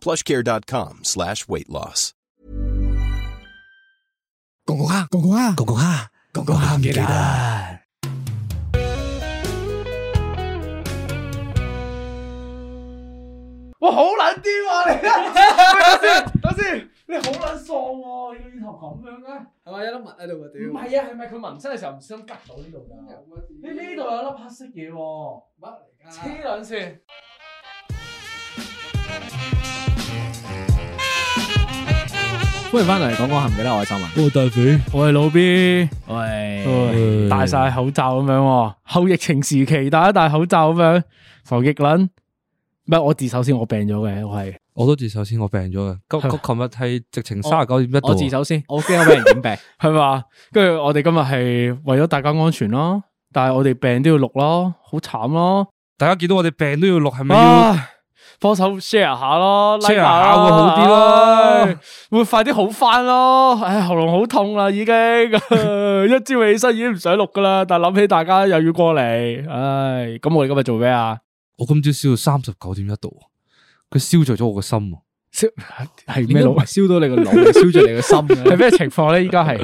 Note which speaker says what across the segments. Speaker 1: plushcare.com slash weight loss.
Speaker 2: 공공화 공공화 공공화 공공화
Speaker 3: 공공화입니다.
Speaker 4: 哇，好撚癲啊！你啊，喂等 先，等先，你好撚喪喎！你個乳頭咁樣嘅，
Speaker 3: 係咪有粒物喺度啊？
Speaker 4: 唔
Speaker 3: 屌！
Speaker 4: 係啊，係咪佢紋身嘅時候唔小心拮到呢度㗎？你呢度有粒黑色嘢喎，
Speaker 3: 乜嚟㗎？
Speaker 4: 黐撚線！
Speaker 3: 歡迎翻嚟講講下唔記得我係三文。哦
Speaker 2: 我大肥，
Speaker 4: 我係老 B，
Speaker 3: 喂
Speaker 4: 戴晒口罩咁樣喎，後疫情時期大家戴口罩咁樣，防疫撚。唔係我自首先，我病咗嘅，我係
Speaker 2: 我都自首先，我病咗嘅。今今琴日係直情三十九點一度
Speaker 3: 我
Speaker 2: 啊，
Speaker 3: 自首先，我驚我俾人染病。
Speaker 4: 係嘛？跟住我哋今日係為咗大家安全咯，但係我哋病都要錄咯，好慘咯。
Speaker 2: 大家見到我哋病都要錄，係咪要？
Speaker 4: 啊，幫手 share 下咯啊
Speaker 2: share
Speaker 4: ，like
Speaker 2: 下會好啲咯
Speaker 4: 唉會快啲好翻咯。唉，喉嚨好痛啦，已經 一朝起身已經唔想錄噶啦，但係諗起大家又要過嚟，唉，咁我哋今日做咩啊？
Speaker 2: 我今朝燒到三十九點一度啊，佢燒醉咗我個心啊！
Speaker 4: 燒 係咩
Speaker 3: 應
Speaker 4: 路
Speaker 3: 該唔？係燒到你個腦，係燒咗你個心啊
Speaker 4: 係
Speaker 3: 嘅。
Speaker 4: 咩情況咧？依家 係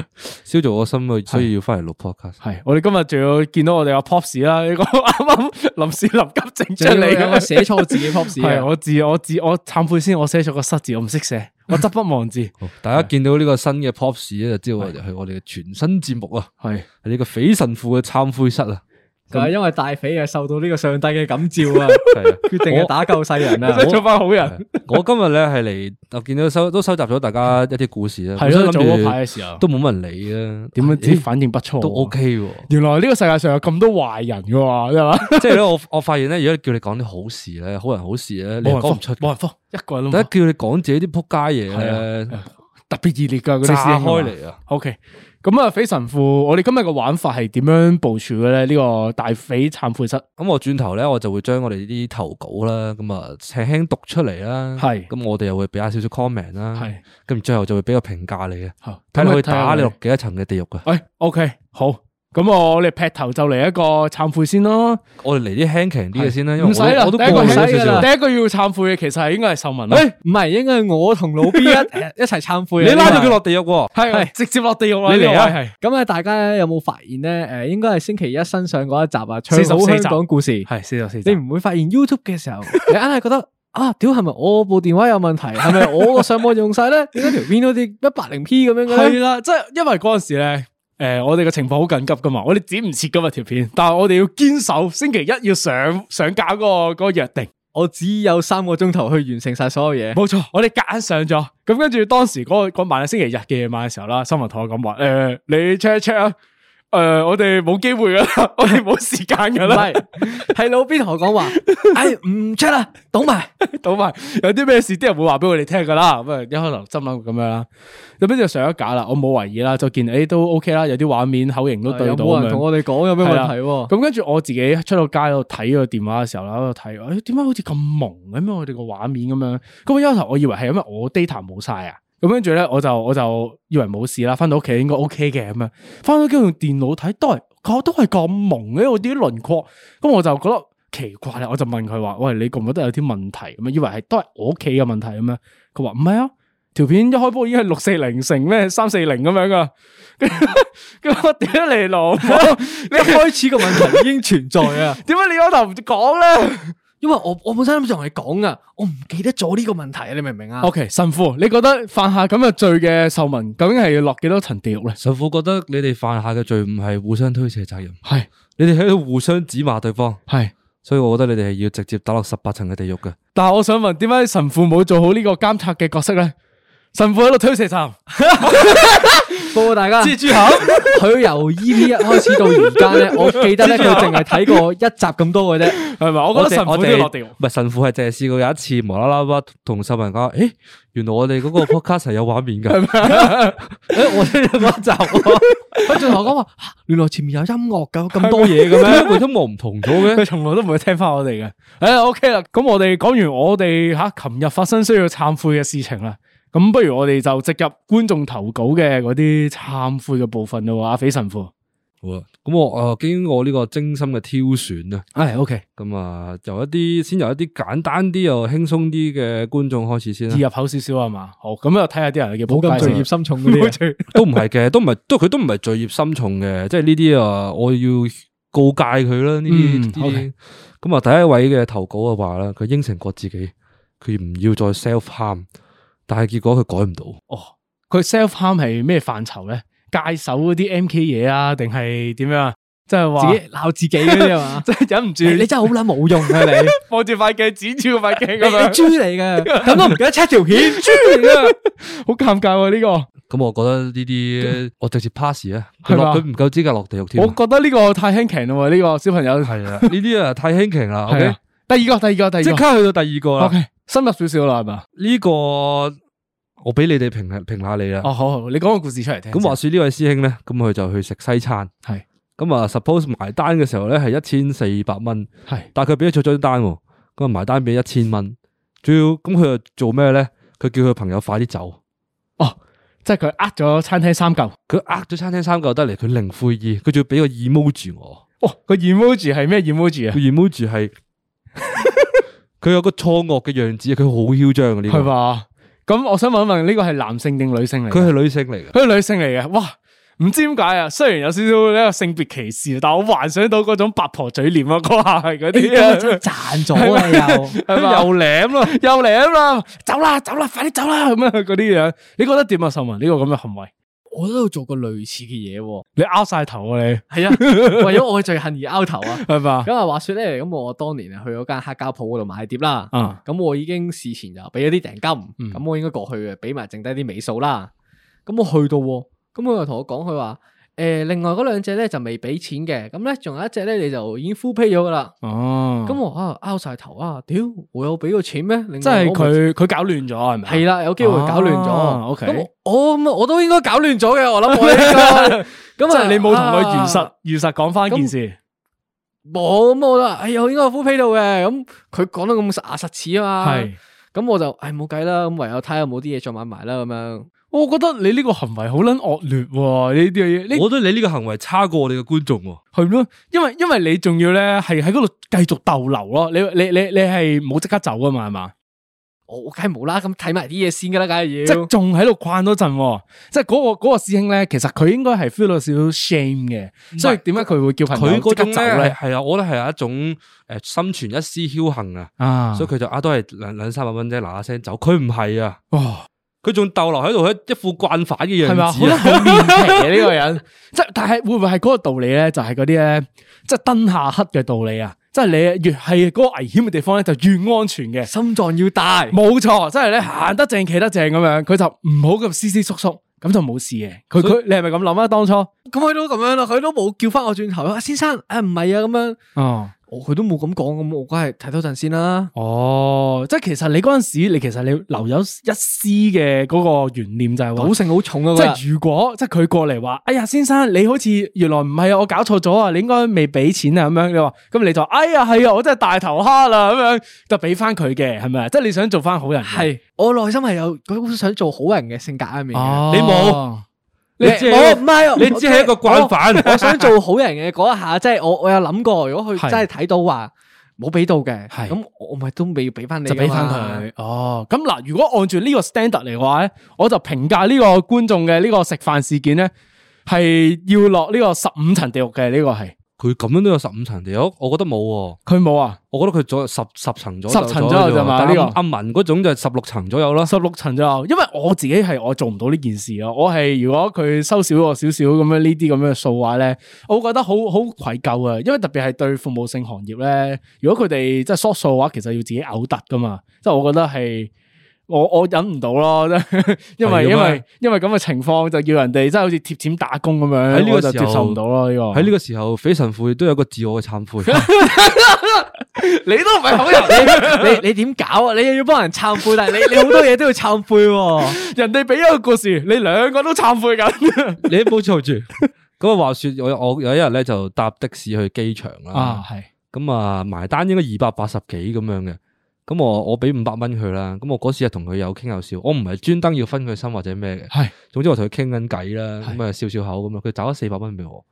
Speaker 2: 燒咗我個心啊，所以要翻嚟錄 podcast。
Speaker 4: 係，我哋今日仲要見到我哋阿 Pops 啦， 呢個啱啱臨時臨急整 出嚟
Speaker 3: 我
Speaker 4: 嘅。
Speaker 2: 啊
Speaker 3: 寫錯自己 pop
Speaker 4: 係啊我自我自我懺悔先，我寫咗個失字，我唔識寫，我執筆忘字。
Speaker 2: 好大家見到呢個新嘅 pops 咧，就知道我哋係我哋嘅全新節目啊，
Speaker 4: 係
Speaker 2: 係呢個匪神父嘅懺悔室啊。
Speaker 3: 就係因為大肥啊受到呢個上帝嘅感召 啊，
Speaker 2: 係啊，
Speaker 3: 決定係打救世人啊
Speaker 4: 想。做翻好人。
Speaker 2: 我今日咧係嚟，我見到收都收集咗大家一啲故事啦。
Speaker 4: 係
Speaker 2: 本
Speaker 4: 咯，
Speaker 2: 身
Speaker 4: 早
Speaker 2: 諗住
Speaker 4: 嗰排嘅時候，
Speaker 2: 都冇乜人理啊。
Speaker 4: 點樣自己
Speaker 2: 咦
Speaker 4: 反應不錯，啊
Speaker 2: 都 OK 喎。
Speaker 4: 原來呢個世界上有咁多壞人 噶喎，係嘛？
Speaker 2: 即係咧，我我發現咧，如果叫你講啲好事咧，好人好事咧，你又講唔出。
Speaker 4: 冇人覆，一個人
Speaker 2: 但係
Speaker 4: 都冇
Speaker 2: 叫你講自己啲撲街嘢咧，
Speaker 4: 係特別熱烈噶嗰啲
Speaker 2: 炸
Speaker 4: 師兄
Speaker 2: 開
Speaker 4: 係嘛。
Speaker 2: 嚟啊！
Speaker 4: OK，咁啊，匪神父，我哋今日嘅玩法係點樣部署嘅咧？呢個大匪懺悔室
Speaker 2: 咁我轉頭咧，我就會將我哋啲投稿啦，咁啊輕輕讀出嚟啦。
Speaker 4: 係
Speaker 2: 咁我哋又會俾下少少 comment 啦。
Speaker 4: 係
Speaker 2: 咁最後就會俾個評價你嘅，
Speaker 4: 好
Speaker 2: 睇你
Speaker 4: 咁啊
Speaker 2: 可以打你
Speaker 4: 我
Speaker 2: 落
Speaker 4: 哋
Speaker 2: 幾多層嘅地獄啊！
Speaker 4: 喂，OK，好，咁我哋劈頭就嚟一個懺悔先咯。
Speaker 2: 我哋嚟啲輕強啲嘅先啦，因為
Speaker 4: 唔使啦，
Speaker 2: 我我
Speaker 4: 第
Speaker 2: 都
Speaker 4: 一
Speaker 2: 過
Speaker 4: 個
Speaker 2: 咗
Speaker 3: 唔
Speaker 2: 少
Speaker 3: 使㗎
Speaker 2: 少
Speaker 3: 啦
Speaker 2: 啊。
Speaker 4: 第一個要懺悔嘅其實係應該係秀文啦。
Speaker 3: 誒，唔係，應該係我同 老 B 一一齊懺悔啊。
Speaker 2: 你拉咗
Speaker 3: 呢個
Speaker 2: 佢落地獄喎，
Speaker 4: 係
Speaker 3: 係
Speaker 4: 直接落地獄啦，
Speaker 3: 你嚟啊
Speaker 4: 啊！
Speaker 3: 咁啊，大家有冇發現咧？誒，應該係星期一新上嗰一集啊，
Speaker 4: 44
Speaker 3: 唱好香
Speaker 4: 集
Speaker 3: 港故事。
Speaker 4: 係四十四
Speaker 3: 你唔會發現 YouTube 嘅時候， 你硬係覺得啊，屌係咪我部電話有問題？係咪我個上網用晒咧？點解條片好似一百零 P 咁樣嘅
Speaker 4: 係
Speaker 3: 咧？
Speaker 4: 啦，即係因為嗰阵时咧，诶、我哋嘅情況好緊急噶嘛，我哋剪唔切噶嘛條片，但係我哋要堅守星期一要上上架嗰、個嗰、個約定，
Speaker 3: 我只有三個鐘頭去完成晒所有嘢。
Speaker 4: 冇錯，我哋夾硬上咗。咁跟住當時嗰、個嗰晚係星期日嘅夜晚嘅時候啦，新聞同我講話，诶、你 check 一 check 啊，诶、我哋冇機會噶啦， 我哋冇時間噶
Speaker 3: 唔
Speaker 4: 啦
Speaker 3: 係，，係老邊同我講 話，唉，唔出啦，倒埋。
Speaker 4: 倒埋有啲咩事，啲人會話俾我哋聽噶啦。咁啊，一開頭心諗咁樣啦，咁跟住上一架啦，我冇懷疑啦，就見誒、都 OK 啦，有啲畫面口型都對
Speaker 3: 啊有
Speaker 4: 到
Speaker 3: 冇
Speaker 4: 咁
Speaker 3: 人同
Speaker 4: 樣。
Speaker 3: 我哋講有咩問題喎？
Speaker 4: 咁跟住我自己出到街度睇個電話嘅時候啦，喺度睇，哎誒點解好似咁蒙咁樣我哋個畫面咁樣？咁我一開頭我以為係因為我 data 冇晒啊，咁跟住咧我就我就以為冇事啦，翻到屋企應該 OK 嘅咁樣，翻到屋企用電腦睇都係，我都係咁蒙嘅我啲輪廓，咁我就覺得奇怪啦，我就問佢話：喂，你覺唔覺得有啲問題咁樣？啊以為係都係我屋企嘅問題咁樣，佢話唔係啊。條片一開波已經係六四零乘咩三四零咁樣噶，咁我屌你老母！
Speaker 3: 你一開始個問題已經存 在 啊，
Speaker 4: 点解你開頭唔講咧
Speaker 3: 因為我我本身諗住同你講啊，我唔記得咗呢個問題啊，你明唔明啊？
Speaker 4: ？O K，神父，你覺得犯下咁嘅罪嘅受民，究竟係要落幾多層地獄咧？
Speaker 2: 神父覺得你哋犯下嘅罪唔係互相推卸責任，
Speaker 4: 係
Speaker 2: 你哋喺度互相指罵對方，
Speaker 4: 係，
Speaker 2: 所以我覺得你哋係要直接打落十八層嘅地獄嘅。
Speaker 4: 但係我想問，點解神父冇做好呢個監察嘅角色咧？神父喺度推卸站，
Speaker 3: 報告大家，
Speaker 4: 蜘蛛 俠。
Speaker 3: 佢由 E.P. 一開始到而家咧， 我記得咧佢淨係睇過一集咁多嘅啫。
Speaker 4: 系咪？我覺得神
Speaker 2: 我
Speaker 4: 父都
Speaker 2: 哋
Speaker 4: 要 落地獄。
Speaker 2: 唔係神父係淨係試過有一次無啦啦啦同秀文 講，誒，原來我哋嗰個 podcast 係有畫面㗎，
Speaker 3: 誒，我聽咗嗰集喎，佢仲同我講話，啊原來前面有音樂噶，咁多嘢嘅
Speaker 2: 點解
Speaker 3: 咩？
Speaker 2: 個音樂唔同咗嘅？
Speaker 4: 佢從來都唔會聽翻我哋嘅。诶，OK 啦，咁我哋講完我哋吓琴日發生需要懺悔嘅事情啦。咁不如我哋就直入觀眾投稿嘅嗰啲懺悔嘅部分咯喎。阿匪神父，
Speaker 2: 好啊咁我啊經過呢個精心嘅挑選啊，
Speaker 4: 唉 o k
Speaker 2: 咁啊由一啲先由一啲簡單啲又輕鬆啲嘅觀眾開始先啦
Speaker 4: 易。入口少少係嘛？好，咁又睇下啲人嘅
Speaker 3: 冇咁罪孽深重嗰啲啊。
Speaker 2: 都唔係 嘅，都唔係，都佢都唔係罪孽深重嘅，即係呢啲啊，我要告戒佢啦，呢啲
Speaker 4: 嗯
Speaker 2: 呢啲
Speaker 4: OK。
Speaker 2: 咁啊，第一位嘅投稿啊話啦，佢應承過自己，佢唔要再 self harm，但係結果佢改唔到。
Speaker 4: 哦，佢 self harm 係咩範疇咧？戒手嗰啲 MK 嘢啊，定係點樣啊？即係話
Speaker 3: 自己鬧自己嗰啲 啊嘛
Speaker 4: 。即係忍唔住，
Speaker 3: 你你真係好撚冇用啊！你
Speaker 4: 望住塊鏡，指住塊鏡
Speaker 3: 你你
Speaker 4: 咁樣，
Speaker 3: 豬嚟 嘅，咁都唔記得 check 條片，豬嚟嘅。
Speaker 4: 好尷尬喎呢個。
Speaker 2: 咁我覺得呢啲我直接 pass 啊，佢
Speaker 4: 係嘛
Speaker 2: 落佢唔夠資格落地獄添
Speaker 4: 我
Speaker 2: 啊。
Speaker 4: 覺得呢個太輕騎啦喎，呢、個小朋友
Speaker 2: 係啊，呢啲啊太輕強啦。
Speaker 4: 係
Speaker 2: OK，
Speaker 4: 啊第二個，第二個，第
Speaker 2: 即
Speaker 4: 二個
Speaker 2: 刻去到第二個啦。
Speaker 4: ，OK，深入少少啦，係嘛？
Speaker 2: 呢個我俾你哋評下評下你啦。
Speaker 4: 哦，好好，你講個故事出嚟聽先。
Speaker 2: 咁話說呢位師兄咧，咁佢就去食西餐，
Speaker 4: 係
Speaker 2: 咁啊，suppose 埋單嘅時候咧係一千四百蚊，
Speaker 4: 係
Speaker 2: 但係佢俾咗咗張單喎，咁啊埋單俾一千蚊，仲要咁佢又做咩咧？佢叫佢朋友快啲走，
Speaker 4: 哦，即係佢呃咗餐廳三嚿。
Speaker 2: 佢呃咗餐廳三嚿得嚟，佢零悔意，佢仲要俾個 emoji 我，
Speaker 4: 哦，個 emoji 係咩 emoji
Speaker 2: 個
Speaker 4: 啊？
Speaker 2: emoji 係佢有個錯愕嘅樣子，佢好囂張啊嘅呢
Speaker 4: 係
Speaker 2: 個，
Speaker 4: 嘛？咁我想問一問，呢個係男性定女性嚟㗎？
Speaker 2: 佢係女性嚟嘅。
Speaker 4: 佢係女性嚟嘅，哇！唔知點解啊，雖然有少少呢個性別歧視，但我幻想到嗰種八婆嘴臉啊，嗰下係嗰
Speaker 3: 你今日
Speaker 4: 啲
Speaker 3: 真係賺咗啦又。
Speaker 4: 啊， 又舐啦，又舐啦，走啦，走啦，快啲走啦，咁啊嗰啲樣，你覺得點啊，秀文呢個咁嘅行為？
Speaker 3: 我都有做過類似嘅嘢喎。
Speaker 4: 你拗晒頭啊你，
Speaker 3: 係啊， 為咗愛罪恨而拗頭啊。
Speaker 4: 係嘛？
Speaker 3: 咁啊，話說咧，咁我當年啊去嗰間黑膠鋪嗰度買碟啦。
Speaker 4: 啊，
Speaker 3: 咁我已經事前就俾咗啲訂金，
Speaker 4: 嗯
Speaker 3: 咁我應該過去嘅，俾埋剩低啲尾數啦。咁我去到喎，咁佢又同我講，佢話誒另外嗰兩隻咧就未俾錢嘅，咁咧仲有一隻咧你就已經 full pay 咗噶啦。
Speaker 4: 哦，
Speaker 3: 咁我啊拗晒頭啊，屌我有俾過錢咩？另外
Speaker 4: 即係
Speaker 3: 我咪
Speaker 4: 佢佢搞亂咗係啊咪？
Speaker 3: 系啦，有機會搞亂
Speaker 4: 啊
Speaker 3: 咗。
Speaker 4: ，OK
Speaker 3: 咁我咁我都應該搞亂咗嘅，我諗我應 該。咁
Speaker 4: 即
Speaker 3: 啊，
Speaker 4: 係你冇同佢如實
Speaker 3: 啊
Speaker 4: 如實講翻件事，
Speaker 3: 冇咁，我都話哎呀，我應該 full pay 到嘅。咁佢講得咁實牙實齒啊嘛。
Speaker 4: 係。
Speaker 3: 咁我就哎唉冇計啦，咁唯有睇下有冇啲嘢再買埋啦咁樣。
Speaker 4: 我覺得你呢個行為好撚惡劣喎，呢啲嘢，呢
Speaker 2: 我覺得你呢個行為差過我哋嘅觀眾喎，
Speaker 4: 系咯，因為因为你仲要咧係喺嗰度繼續逗留咯，你你你你系冇即刻走噶嘛，係嘛？
Speaker 3: 我我梗係冇啦，咁睇埋啲嘢先噶啦，梗係
Speaker 4: 即
Speaker 3: 要
Speaker 4: 係。仲喺度逛多陣喎，即係嗰個嗰個師兄咧，其實佢應該係 feel 到少少 shame 嘅，所以點解佢會叫朋
Speaker 2: 佢
Speaker 4: 友
Speaker 2: 嗰
Speaker 4: 即刻
Speaker 2: 種
Speaker 4: 走
Speaker 2: 咧
Speaker 4: 咧？
Speaker 2: 係啊，我覺得係有一種誒心存一絲僥倖啊。
Speaker 4: 啊，
Speaker 2: 所以佢就啊都係兩兩三百蚊啫，嗱嗱聲走。佢唔係啊，
Speaker 4: 哇，
Speaker 2: 佢仲逗留喺度，一一副慣犯嘅
Speaker 4: 係咪
Speaker 2: 樣
Speaker 4: 啊？好
Speaker 2: 子
Speaker 4: 得
Speaker 2: 啊。
Speaker 4: 好面 皮嘅呢個人，即係但係會唔會係嗰個道理咧？就係嗰啲咧，即係燈下黑嘅道理啊！即係你越係嗰個危險嘅地方咧，就越安全嘅。
Speaker 3: 心臟要大，
Speaker 4: 冇錯，真係咧行得正企得正咁樣，佢就唔好咁斯斯縮縮，咁就冇事嘅。佢佢你係咪咁諗啊？當初
Speaker 3: 咁佢都咁樣啦，佢都冇叫翻我轉頭啊，先生，誒唔係啊咁樣，
Speaker 4: 哦
Speaker 3: 我佢都冇咁講，咁我梗係睇多陣先啦。
Speaker 4: 哦，即係其實你嗰阵时，你其實你留有一絲嘅嗰個懸念就係話
Speaker 3: 賭。性好重啊，
Speaker 4: 即
Speaker 3: 嗰日
Speaker 4: 係如果即係佢過嚟話，哎呀先生，你好似原來唔係啊，我搞錯咗啊，你應該未俾錢啊咁樣。你話咁你就哎呀係啊，我真係大頭蝦啦咁樣，就俾翻佢嘅係咪啊？即係你想做翻好人嘅，
Speaker 3: 係我內心係有嗰種想做好人嘅性格喺入面嘅。
Speaker 4: 哦
Speaker 2: 你冇
Speaker 3: 你
Speaker 2: 你
Speaker 3: 我
Speaker 2: 只係
Speaker 3: 唔係，
Speaker 2: 你只係一個慣
Speaker 3: 反。
Speaker 2: 犯。
Speaker 3: 我想做好人嘅嗰一下，即係我我有諗過，如果佢
Speaker 4: 係
Speaker 3: 真係睇到話冇俾到嘅，
Speaker 4: 係
Speaker 3: 咁我咪都未俾翻你，
Speaker 4: 就俾翻。佢。哦，咁嗱，如果按住呢個 standard 嚟嘅話咧，我就評價呢個觀眾嘅呢個食飯事件咧，係要落呢個十五層地獄嘅呢個係。
Speaker 2: 佢咁樣都有十五層地獄，我覺得冇喎。
Speaker 4: 佢冇啊，
Speaker 2: 我覺得佢左右十十層左右，
Speaker 4: 十層左右咋嘛呢個哦
Speaker 2: 但阿文嗰種就十六層左右啦。
Speaker 4: 十六層左右。因為我自己係我做唔到呢件事咯，我係如果佢收少我少少咁樣呢啲咁樣嘅數話咧，我會覺得好好愧疚啊。因為特別係對服務性行業咧，如果佢哋即係縮數嘅話，其實要自己嘔突噶嘛。即係我覺得係我我忍唔到咯， 真係因為
Speaker 2: 係咁
Speaker 4: 因
Speaker 2: 啊
Speaker 4: 為因為咁嘅情況就要人哋真係好似貼錢打工咁樣，
Speaker 2: 喺呢個
Speaker 4: 我就
Speaker 2: 時候
Speaker 4: 接受唔到咯呢個。
Speaker 2: 喺呢個時候，匪神父都有個自我嘅懺悔。
Speaker 4: 你都唔係好 人，
Speaker 3: 你你点搞啊？你又要幫人懺悔，但係你你好多嘢都要懺悔喎。
Speaker 4: 人哋俾一個故事，你兩個都懺悔緊
Speaker 2: 你冇嘈住。咁啊，話說我我有一日咧就搭的士去機場啦，
Speaker 4: 係
Speaker 2: 咁啊埋單應該二百八十幾咁樣嘅，咁我我俾五百蚊佢啦，咁我嗰時係同佢有傾有笑，我唔係專登要分佢心或者咩嘅，
Speaker 4: 係
Speaker 2: 總之我同佢傾緊偈啦，咁啊笑笑口咁樣，佢找咗四百蚊俾我，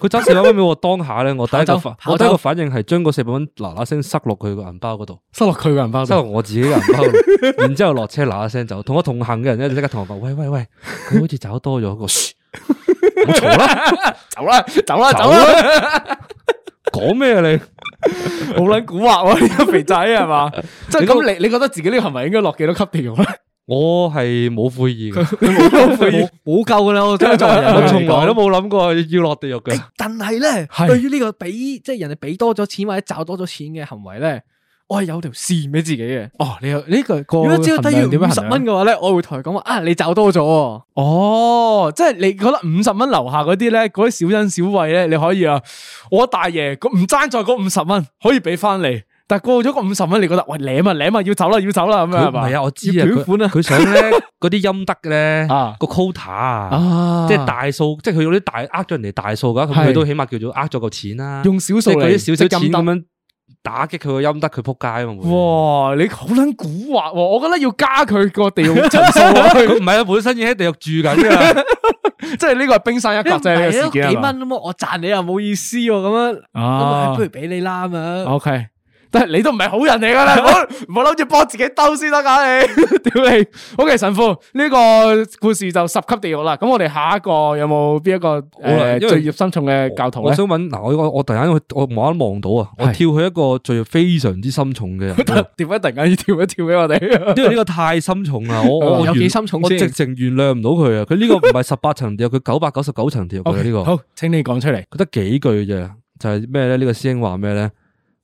Speaker 2: 佢找四百蚊俾我當下咧，我第一個
Speaker 3: 跑走
Speaker 2: 反
Speaker 3: 跑走
Speaker 2: 我第一個反應係將嗰四百蚊嗱嗱聲塞落佢個銀包嗰度，
Speaker 4: 收落佢個銀包
Speaker 2: 收
Speaker 4: 度。
Speaker 2: 落我自己嘅銀包度， 然之後落車嗱嗱聲走，同我同行嘅人咧就即刻同我講：喂喂喂，佢好似找多咗個，噓 唔好嘈啦！
Speaker 4: 走啦，走啦，
Speaker 2: 走
Speaker 4: 走啦！
Speaker 2: 讲咩啊你？
Speaker 4: 好撚蠱惑喎，呢個肥仔係嘛？ 即係
Speaker 2: 你都
Speaker 4: 咁，你你覺得自己呢個行為應該落幾多級地獄咧？
Speaker 2: 我係冇悔意嘅，
Speaker 3: 冇冇救噶啦，我真係作為人
Speaker 2: 我
Speaker 3: 嚟
Speaker 2: 從來都
Speaker 3: 講。
Speaker 2: 冇諗過要落地獄嘅。
Speaker 3: 但係咧，
Speaker 4: 啊係
Speaker 3: 對於呢個俾即係人哋俾多咗錢或者找多咗錢嘅行為咧，我係有條線俾自己嘅。
Speaker 4: 哦，你有呢個個
Speaker 3: 如果只要低
Speaker 4: 衡量
Speaker 3: 於
Speaker 4: 點
Speaker 3: 五
Speaker 4: 樣
Speaker 3: 十
Speaker 4: 衡量
Speaker 3: 蚊嘅話咧，我會同佢講話啊，你找多咗喎。
Speaker 4: 哦，即係你覺得五十蚊樓下嗰啲咧，嗰啲小恩小惠咧，你可以啊，我大爺咁唔爭在嗰五十蚊，可以俾翻你。但係過咗嗰五十蚊，你覺得喂舐啊舐啊，要走啦要走啦咁樣
Speaker 2: 佢
Speaker 4: 係
Speaker 2: 唔
Speaker 4: 嘛？
Speaker 2: 係啊，我知啊，
Speaker 4: 要捲款
Speaker 2: 佢佢想咧嗰啲陰德咧
Speaker 4: 啊
Speaker 2: 個 quota 啊，
Speaker 4: 啊
Speaker 2: 即係大數，即係佢嗰啲大呃咗人哋大數嘅話，咁
Speaker 4: 係
Speaker 2: 佢都起碼叫做呃咗嚿錢啦。
Speaker 4: 用少數
Speaker 2: 即係
Speaker 4: 嚟
Speaker 2: 嗰啲少少
Speaker 4: 即
Speaker 2: 錢
Speaker 4: 係咁
Speaker 2: 咁
Speaker 4: 得
Speaker 2: 樣打擊佢個陰德，佢扑街啊嘛。會
Speaker 4: 哇！你好撚蠱惑喎，我覺得要加佢個地獄層數
Speaker 2: 佢唔係啊，本身已經喺地獄住緊㗎啦。
Speaker 4: 即係呢個係冰山一角啫，呢個
Speaker 3: 你唔
Speaker 4: 事
Speaker 3: 係
Speaker 4: 件
Speaker 3: 啊
Speaker 4: 係
Speaker 3: 幾
Speaker 4: 嘛
Speaker 3: 蚊咁，我賺你又冇意思喎，咁樣咁啊，不如俾你啦咁樣。
Speaker 4: O K，但係你都唔係好人嚟噶 啦，唔好唔好谂住幫自己兜先得噶你， 屌你！O K，神父呢、個故事就十級地獄啦。咁我哋下一個有冇邊一個
Speaker 2: 好啦
Speaker 4: 诶、
Speaker 2: 因為
Speaker 4: 罪孽深重嘅教徒
Speaker 2: 我
Speaker 4: 咧？
Speaker 2: 想問嗱，我我我突然間去我望一望到啊，我跳
Speaker 4: 係
Speaker 2: 去一個罪孽非常之深重嘅人度。
Speaker 4: 點解突然間要跳一跳俾我 哋？
Speaker 2: 因為呢個太深重啦，我我
Speaker 3: 有
Speaker 2: 原
Speaker 3: 幾深重
Speaker 2: 我
Speaker 3: 先
Speaker 2: 直情原諒唔到佢啊！佢呢個唔 係十八層地獄，佢九百九十九層地獄
Speaker 4: o
Speaker 2: 嘅
Speaker 4: k
Speaker 2: 呢個，
Speaker 4: 好，請你講出嚟。
Speaker 2: 佢得幾句啫，就係咩咧？呢個師兄話咩咧？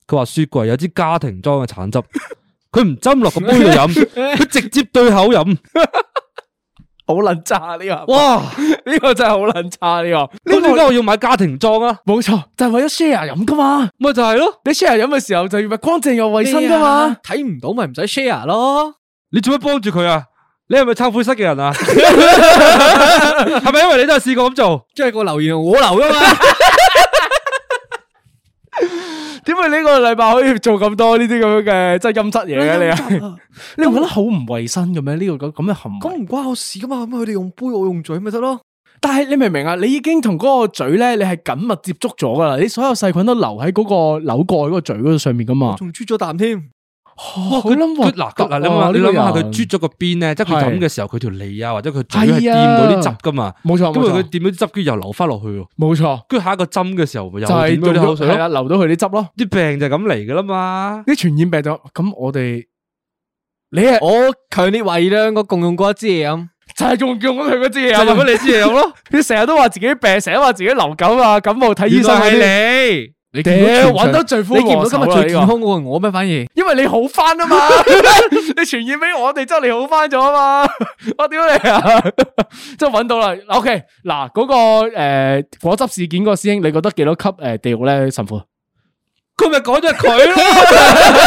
Speaker 2: 佢話雪櫃有支家庭裝嘅橙汁， 佢唔斟落個杯度飲，佢直接對口飲。
Speaker 4: 好撚差呢、個，哇！
Speaker 2: 哇！
Speaker 4: 呢個真係好撚差呢、個。
Speaker 2: 咁
Speaker 4: 呢、
Speaker 2: 點解我要買家庭裝啊？
Speaker 4: 個冇錯，就係為咗 share 飲噶嘛。
Speaker 2: 咪就係咯，
Speaker 4: 你 share 飲嘅時候就要乾淨又衛生噶
Speaker 3: 咩
Speaker 4: 嘛
Speaker 3: 啊。睇唔到咪唔使 share 咯。
Speaker 2: 你做咩幫住佢啊？你係咪懺悔室嘅 人啊？ 係咪因為你都係試過咁做？
Speaker 3: 即係個留言我留噶嘛。
Speaker 4: 點解呢個禮拜可以做咁多呢啲咁樣嘅即係陰質嘢 嘅你啊？你唔覺得好唔衛生嘅咩？呢、個咁咁嘅行為，
Speaker 3: 咁唔關我事噶嘛，咁佢哋用杯，我用嘴咪得咯。
Speaker 4: 但係你明唔明啊？你已經同嗰個嘴咧，你係緊密接觸咗噶啦，你所有細菌都留喺嗰個扭蓋嗰個嘴嗰度上面噶嘛。
Speaker 3: 仲啜咗啖添，
Speaker 4: 哇！啊佢
Speaker 2: 佢
Speaker 4: 諗
Speaker 2: 佢嗱佢嗱，你諗啊下，你諗下佢啜咗個邊咧，即係佢
Speaker 4: 係
Speaker 2: 飲嘅時候，佢條脷啊或者佢嘴係
Speaker 4: 係
Speaker 2: 掂
Speaker 4: 啊
Speaker 2: 到啲汁噶嘛，
Speaker 4: 冇
Speaker 2: 咁
Speaker 4: 錯
Speaker 2: 佢
Speaker 4: 冇錯
Speaker 2: 掂到啲汁，跟住又流翻落去喎，
Speaker 4: 冇錯，
Speaker 2: 跟住下一個針嘅時候咪又
Speaker 4: 就係
Speaker 2: 掂到啲口水
Speaker 4: 係
Speaker 2: 咯，
Speaker 4: 啦，流到佢啲汁咯。
Speaker 2: 啲病就係咁嚟噶啦嘛。
Speaker 4: 啲傳染病就咁，我哋你係
Speaker 3: 我強烈懷疑兩個共用過一支嘢咁。
Speaker 4: 就係用用咗佢嗰支嘢
Speaker 2: 就
Speaker 4: 啊
Speaker 2: 用
Speaker 4: 嘛
Speaker 2: 咗。你支嘢飲 咯，
Speaker 4: 你成日都話自己病，成日話自己流感啊、感冒睇醫
Speaker 2: 原
Speaker 4: 生嗰啲。
Speaker 2: 來係你，
Speaker 3: 네,
Speaker 4: 屌，揾到罪
Speaker 3: 你
Speaker 4: 魁
Speaker 3: 見唔
Speaker 4: 禍
Speaker 3: 到今
Speaker 4: 首
Speaker 3: 日
Speaker 4: 啦！
Speaker 3: 最
Speaker 4: 啊呢
Speaker 3: 健
Speaker 4: 個
Speaker 3: 康嗰個係我咩？反而你
Speaker 4: 因為你好翻啊嘛， 你傳染俾我哋之後你好翻咗啊嘛， 我屌你啊！ 真係揾到啦。OK，嗱嗰、個呃果汁事件嗰個師兄，你覺得幾多級诶、呃地獄咧？神父
Speaker 2: 佢咪講咗佢咯，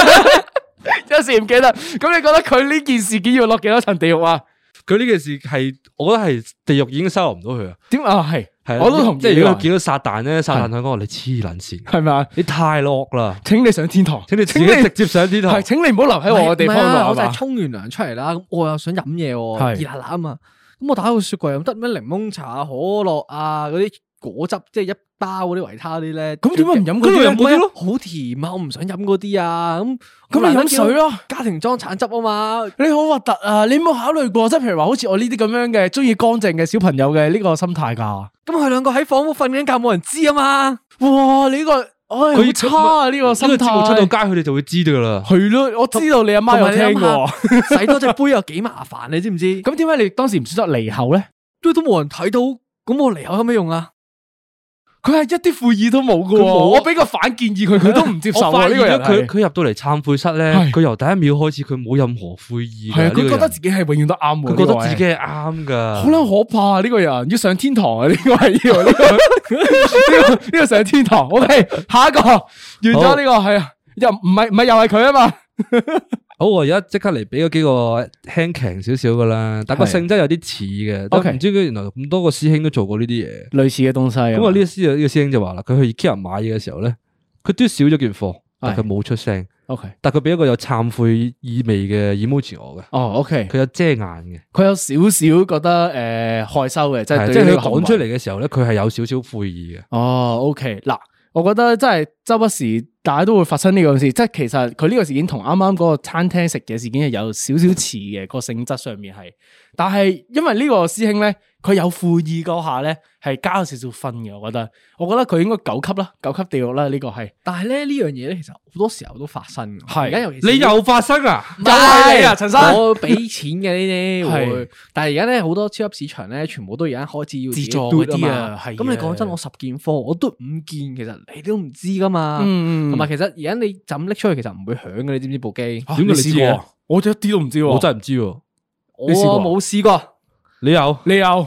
Speaker 4: 有時唔記得，咁你覺得佢呢件事件要落幾多層地獄啊？
Speaker 2: 佢呢件事係我覺得係地獄已經收唔到佢啊。
Speaker 4: 點啊？係
Speaker 2: 係啊，
Speaker 4: 我都同意
Speaker 2: 即係如果
Speaker 4: 呢個
Speaker 2: 佢見到撒旦咧，撒旦佢講話你黐撚線，
Speaker 4: 係咪啊？
Speaker 2: 你太惡啦，
Speaker 4: 請你上天堂，
Speaker 2: 請你自己
Speaker 4: 請
Speaker 2: 直接上天堂
Speaker 4: 係。請你唔好留喺我嘅地方度
Speaker 3: 啊我
Speaker 4: 係
Speaker 3: 就係
Speaker 4: 嘛？
Speaker 3: 沖完涼出嚟啦，咁我又想飲嘢
Speaker 4: 係
Speaker 3: 喎，熱辣辣啊嘛。咁我打開個雪櫃，又得咩檸檬茶啊、可樂啊嗰啲果汁，即係一包嗰啲維他嗰啲咧。
Speaker 4: 咁點解唔飲嗰
Speaker 2: 咁
Speaker 4: 啲
Speaker 2: 咪
Speaker 4: 啊
Speaker 2: 飲嗰啲咯？
Speaker 3: 好甜啊！我唔想飲嗰啲啊。咁
Speaker 4: 咁你飲水，咯。
Speaker 3: 家庭裝橙汁啊嘛。
Speaker 4: 你好核突啊！你有冇考慮過，即係譬如話，好似我呢啲咁樣嘅中意乾淨嘅小朋友嘅呢個心態㗎？
Speaker 3: 咁佢兩個喺房屋瞓緊覺，冇人知啊嘛。
Speaker 4: 哇！你呢個唉好
Speaker 2: 佢
Speaker 4: 差啊！呢個心
Speaker 2: 呢個節目出到
Speaker 4: 態
Speaker 2: 街，佢哋就會知道噶啦。
Speaker 4: 係咯，我知道你阿媽有聽過。
Speaker 3: 下，洗多隻杯又幾麻煩，你知唔知？
Speaker 4: 咁點解你當時唔選擇離後咧？
Speaker 3: 都都冇人睇到，咁我嚟口有咩用啊？
Speaker 4: 佢係一啲悔意都冇噶
Speaker 2: 佢冇
Speaker 4: 喎。
Speaker 2: 啊
Speaker 4: 我俾個反建議佢，佢都唔接受
Speaker 2: 我
Speaker 4: 啊！
Speaker 2: 發
Speaker 4: 呢
Speaker 2: 現
Speaker 4: 個人
Speaker 2: 咗佢
Speaker 4: 係
Speaker 2: 佢入到嚟忏悔室咧，
Speaker 4: 係
Speaker 2: 佢由第一秒開始，佢冇任何悔意㗎。
Speaker 4: 係啊，
Speaker 2: 呢個
Speaker 4: 佢覺得
Speaker 2: 人
Speaker 4: 自己係永遠都啱嘅。
Speaker 2: 佢覺得
Speaker 4: 呢個
Speaker 2: 自
Speaker 4: 位
Speaker 2: 己係啱噶。
Speaker 4: 好撚可怕啊！呢個人要上天堂啊！呢個係要呢個呢個呢個上天堂。OK，下一個完咗呢個係啊，又唔係唔係又係佢啊嘛？
Speaker 2: 好，我而家即刻嚟俾嗰幾個輕強少少噶啦，但個
Speaker 4: 係
Speaker 2: 性質有啲似嘅，但
Speaker 4: OK
Speaker 2: 唔知佢原來咁多個師兄都做過呢啲嘢。
Speaker 4: 類似嘅東西啊
Speaker 2: 咁啊呢個師呢個師兄就話啦，佢去 IKEA 買嘢嘅時候咧，佢都少咗件貨，但佢冇出聲，
Speaker 4: OK，
Speaker 2: 但佢俾一個有懺悔意味嘅 emoji 我嘅，
Speaker 4: 哦 OK，
Speaker 2: 佢有遮眼嘅，
Speaker 4: 佢有少少覺得诶害羞嘅，即
Speaker 2: 係
Speaker 4: 係
Speaker 2: 即
Speaker 4: 對於
Speaker 2: 係
Speaker 4: 呢
Speaker 2: 佢
Speaker 4: 個行為
Speaker 2: 講出嚟嘅時候咧，佢係有少少悔意嘅。
Speaker 4: 哦，OK，嗱，我覺得真係周不時大家都會發生呢個事，即係其實佢呢個事件同啱啱嗰個餐廳食嘅事件係有少少似嘅，個性質上面係，但係因為呢個師兄咧，佢有負意嗰下咧，係加咗少少分嘅，我覺得，我覺得佢應該九級啦，九級地獄啦，呢、個係
Speaker 3: 但系咧呢樣嘢咧，其實好多時候都發生嘅。
Speaker 4: 係
Speaker 3: 而家尤其是
Speaker 2: 你又發生啊？
Speaker 3: 唔
Speaker 4: 又係你啊陳生
Speaker 3: 我俾錢嘅呢啲
Speaker 4: 係
Speaker 3: 會，但係而家咧好多超級市場咧，全部都而家開始要
Speaker 4: 自
Speaker 3: 己
Speaker 4: 助
Speaker 3: do
Speaker 4: 嗰啲啊
Speaker 3: 嘛
Speaker 4: 係
Speaker 3: 咁你
Speaker 4: 啊
Speaker 3: 講真，我十件貨我都五件，其實你都唔知噶嘛。
Speaker 4: 嗯
Speaker 3: 同埋其實而家你就咁拎出去，其實唔會響嘅，你知唔知部機？
Speaker 2: 點
Speaker 4: 啊
Speaker 2: 解你
Speaker 4: 試
Speaker 2: 知嘅
Speaker 4: 過？我一啲都唔知喎，
Speaker 2: 我真係唔知喎，
Speaker 3: 我
Speaker 4: 你試過啊
Speaker 3: 冇試過。
Speaker 2: 你
Speaker 4: ，
Speaker 2: 有
Speaker 4: 你有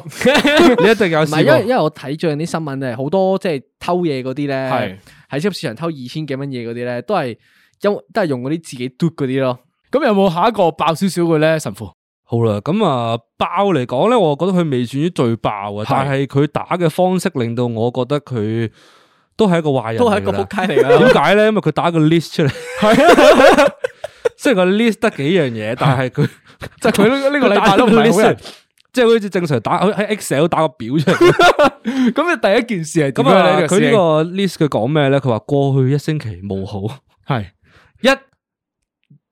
Speaker 2: 你一定有
Speaker 3: 唔係，因為
Speaker 2: 試
Speaker 3: 因
Speaker 2: 過。
Speaker 3: 為我睇最近啲新聞咧，好多即係偷嘢嗰啲
Speaker 4: 係
Speaker 3: 咧，喺超級市場偷二千幾蚊嘢嗰啲咧，都係因都係用嗰啲自己嘟嗰啲咯。
Speaker 4: 咁有冇下一個爆少少嘅咧，神父？
Speaker 2: 好啦，咁啊爆嚟講咧，我覺得佢未算於最爆嘅，
Speaker 4: 係
Speaker 2: 但係佢打嘅方式令到我覺得佢都係一個壞人嚟㗎啦，
Speaker 3: 都係一個仆街嚟
Speaker 2: 點
Speaker 3: 噶。
Speaker 2: 解咧？因為佢打個 list 出嚟，
Speaker 4: 啊係啊，
Speaker 2: 雖然個 list 得幾樣嘢，但係佢
Speaker 4: 即係佢呢呢個禮拜都
Speaker 2: 打個
Speaker 4: 唔係好
Speaker 2: list
Speaker 4: 人
Speaker 2: 出。嚟 即係好似正常打喺 Excel 打個表出 嚟，
Speaker 4: 咁你第一件事係點
Speaker 2: 咁
Speaker 4: 樣
Speaker 2: 啊
Speaker 4: 呢？
Speaker 2: 佢
Speaker 4: 師
Speaker 2: 呢
Speaker 4: 兄
Speaker 2: 個 list 佢講咩咧？佢話過去一星期冇好，
Speaker 4: 係
Speaker 2: 一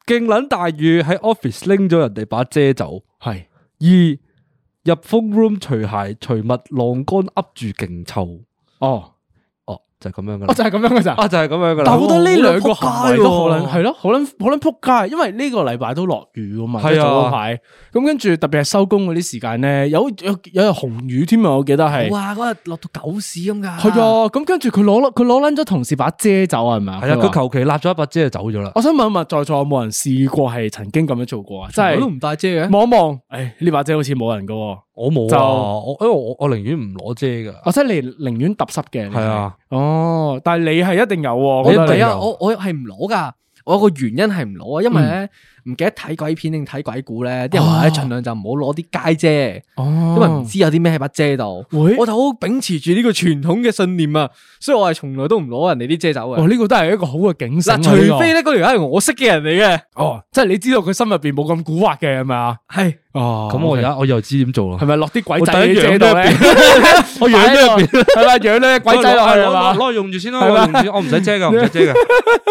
Speaker 2: 勁撚大雨喺 office 拎咗人哋把遮走，
Speaker 4: 係。
Speaker 2: 二入 phone room 除鞋除襪晾乾噏住勁臭，
Speaker 4: 哦，
Speaker 2: 哦就係咁樣噶啦，
Speaker 4: 我哦就係咁樣嘅咋。
Speaker 2: 啊就係咁樣噶啦，
Speaker 4: 但我覺得呢兩個
Speaker 2: 哇好撚仆
Speaker 4: 行為
Speaker 2: 街
Speaker 4: 都
Speaker 2: 喎
Speaker 4: 好撚係咯，好撚好撚撲街，因為呢個禮拜都落雨噶嘛，
Speaker 2: 係啊
Speaker 4: 即係早嗰排。咁跟住特別係收工嗰啲時間咧，有有有日紅雨添啊，我記得係。
Speaker 3: 哇！嗰日落到狗屎咁噶。
Speaker 4: 係啊，咁跟住佢攞佢攞撚咗同事把遮走啊係咪啊？
Speaker 2: 係啊，
Speaker 4: 話
Speaker 2: 佢求其立咗一把遮就走咗啦。
Speaker 4: 我想問一問在座有冇人試過係曾經咁樣做過啊？即
Speaker 3: 我都
Speaker 4: 係
Speaker 3: 唔帶遮嘅。
Speaker 4: 望一望，誒呢把遮好似冇人噶喎，
Speaker 2: 我冇
Speaker 4: 就
Speaker 2: 啊，我因為我我寧願唔攞遮噶。
Speaker 4: 我真係寧寧願揼濕嘅。你係
Speaker 2: 係啊，
Speaker 4: 哦，但係你係一定有喎，我覺
Speaker 3: 我
Speaker 4: 得
Speaker 3: 第
Speaker 4: 你
Speaker 3: 一，
Speaker 4: 有嗯
Speaker 3: 我我係唔攞噶。我有個原因係唔攞啊，因為咧唔記得睇鬼片定睇鬼故咧，啲人話咧
Speaker 4: 哦
Speaker 3: 盡量就唔好攞啲街遮，
Speaker 4: 哦
Speaker 3: 因為唔知有啲咩喺把遮度。
Speaker 4: 會
Speaker 3: 我就好秉持住呢個傳統嘅信念啊，所以我係從來都唔攞人哋啲遮走
Speaker 4: 哦
Speaker 3: 嘅。
Speaker 4: 呢個都係一個好嘅警醒啊。
Speaker 3: 嗱，
Speaker 4: 呢個
Speaker 3: 除非咧嗰條友係我識嘅人嚟
Speaker 4: 哦，即係你知道佢心入边冇咁蠱惑嘅係咪啊？
Speaker 3: 嘅，係
Speaker 4: 哦
Speaker 2: 咁我而家我又知點做
Speaker 4: 系
Speaker 2: 啦。
Speaker 4: 咪落啲鬼仔
Speaker 2: 我第一
Speaker 4: 喺
Speaker 2: 樣
Speaker 4: 度
Speaker 2: 都
Speaker 4: 咧
Speaker 2: 係？ 我養咗入邊，
Speaker 4: 系啦，養咧鬼仔落去啊係
Speaker 2: 攞攞
Speaker 4: 嘛
Speaker 2: 攞用住先啦，
Speaker 4: 係
Speaker 2: 我
Speaker 4: 嘛
Speaker 2: 用住先，我唔使遮噶，唔使遮噶。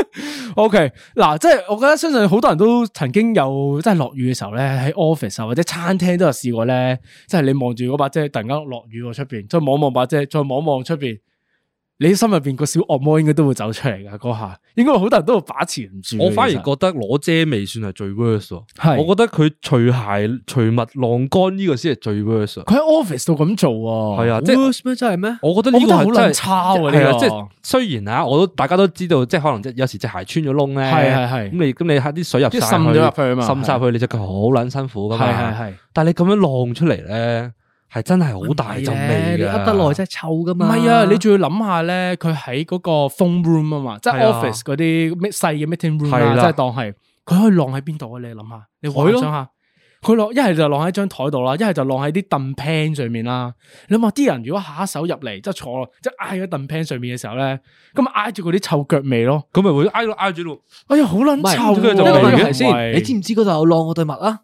Speaker 4: ？O K，嗱，即係我覺得相信好多人都曾經有即係落雨嘅時候咧，喺 office 啊或者餐廳都有試過咧，即係你望住嗰把遮，突然間落雨喎出边，再望望把遮，再望望出边，你心入边個小惡魔應該都會走出嚟㗎嗰下，應該好多人都會把持唔住嘅。
Speaker 2: 我反而
Speaker 4: 其實
Speaker 2: 覺得攞遮未算係最 worst 喎。
Speaker 4: 係
Speaker 2: 我覺得佢除鞋除襪晾乾呢個先係最 worst 喎。
Speaker 4: 佢喺 office 度咁做喎，
Speaker 2: 係啊，即係
Speaker 3: worst 咩真係咩？
Speaker 2: 我覺得呢
Speaker 4: 我覺
Speaker 2: 個
Speaker 4: 得好
Speaker 2: 係真
Speaker 4: 撚
Speaker 2: 係
Speaker 4: 差喎
Speaker 2: 係
Speaker 4: 呢
Speaker 2: 啊，
Speaker 4: 個，
Speaker 2: 即係雖然啊，我都大家都知道，即係可能即係有時隻鞋穿咗窿咧，
Speaker 4: 係係係
Speaker 2: 咁你咁你嚇啲水入
Speaker 4: 即
Speaker 2: 晒
Speaker 4: 係滲咗入去啊嘛
Speaker 2: 滲晒入去你隻腳好撚辛苦噶
Speaker 4: 係係
Speaker 2: 嘛。
Speaker 4: 係。
Speaker 2: 但係你咁樣晾出嚟咧，係真係好大陣味
Speaker 3: 你
Speaker 2: 嘅。
Speaker 3: 噏得耐真係臭噶
Speaker 4: 唔
Speaker 3: 嘛。
Speaker 4: 係啊，你仲要諗下咧，佢喺嗰個 phone room 啊嘛，即係
Speaker 2: 係啊
Speaker 4: office 嗰啲咩細嘅 meeting room
Speaker 2: 係
Speaker 4: 啦，
Speaker 2: 啦
Speaker 4: 即係當係佢可以晾喺邊度啊？你諗下，你幻想下，佢晾一係就晾喺張台度啦，一係就晾喺啲凳 pan 上面啦。你諗下啲人如果下一手入嚟，即係坐落即係挨喺凳 pan 上面嘅時候咧，咁咪挨住嗰啲臭腳味咯。
Speaker 2: 咁咪會挨到挨住度。
Speaker 4: 哎呀，好撚
Speaker 3: 唔係
Speaker 4: 臭
Speaker 2: 咁佢就
Speaker 3: 呢個
Speaker 2: 嚟嘅
Speaker 3: 問
Speaker 4: 嘅
Speaker 3: 題先，你知唔知嗰度有晾我對襪啊？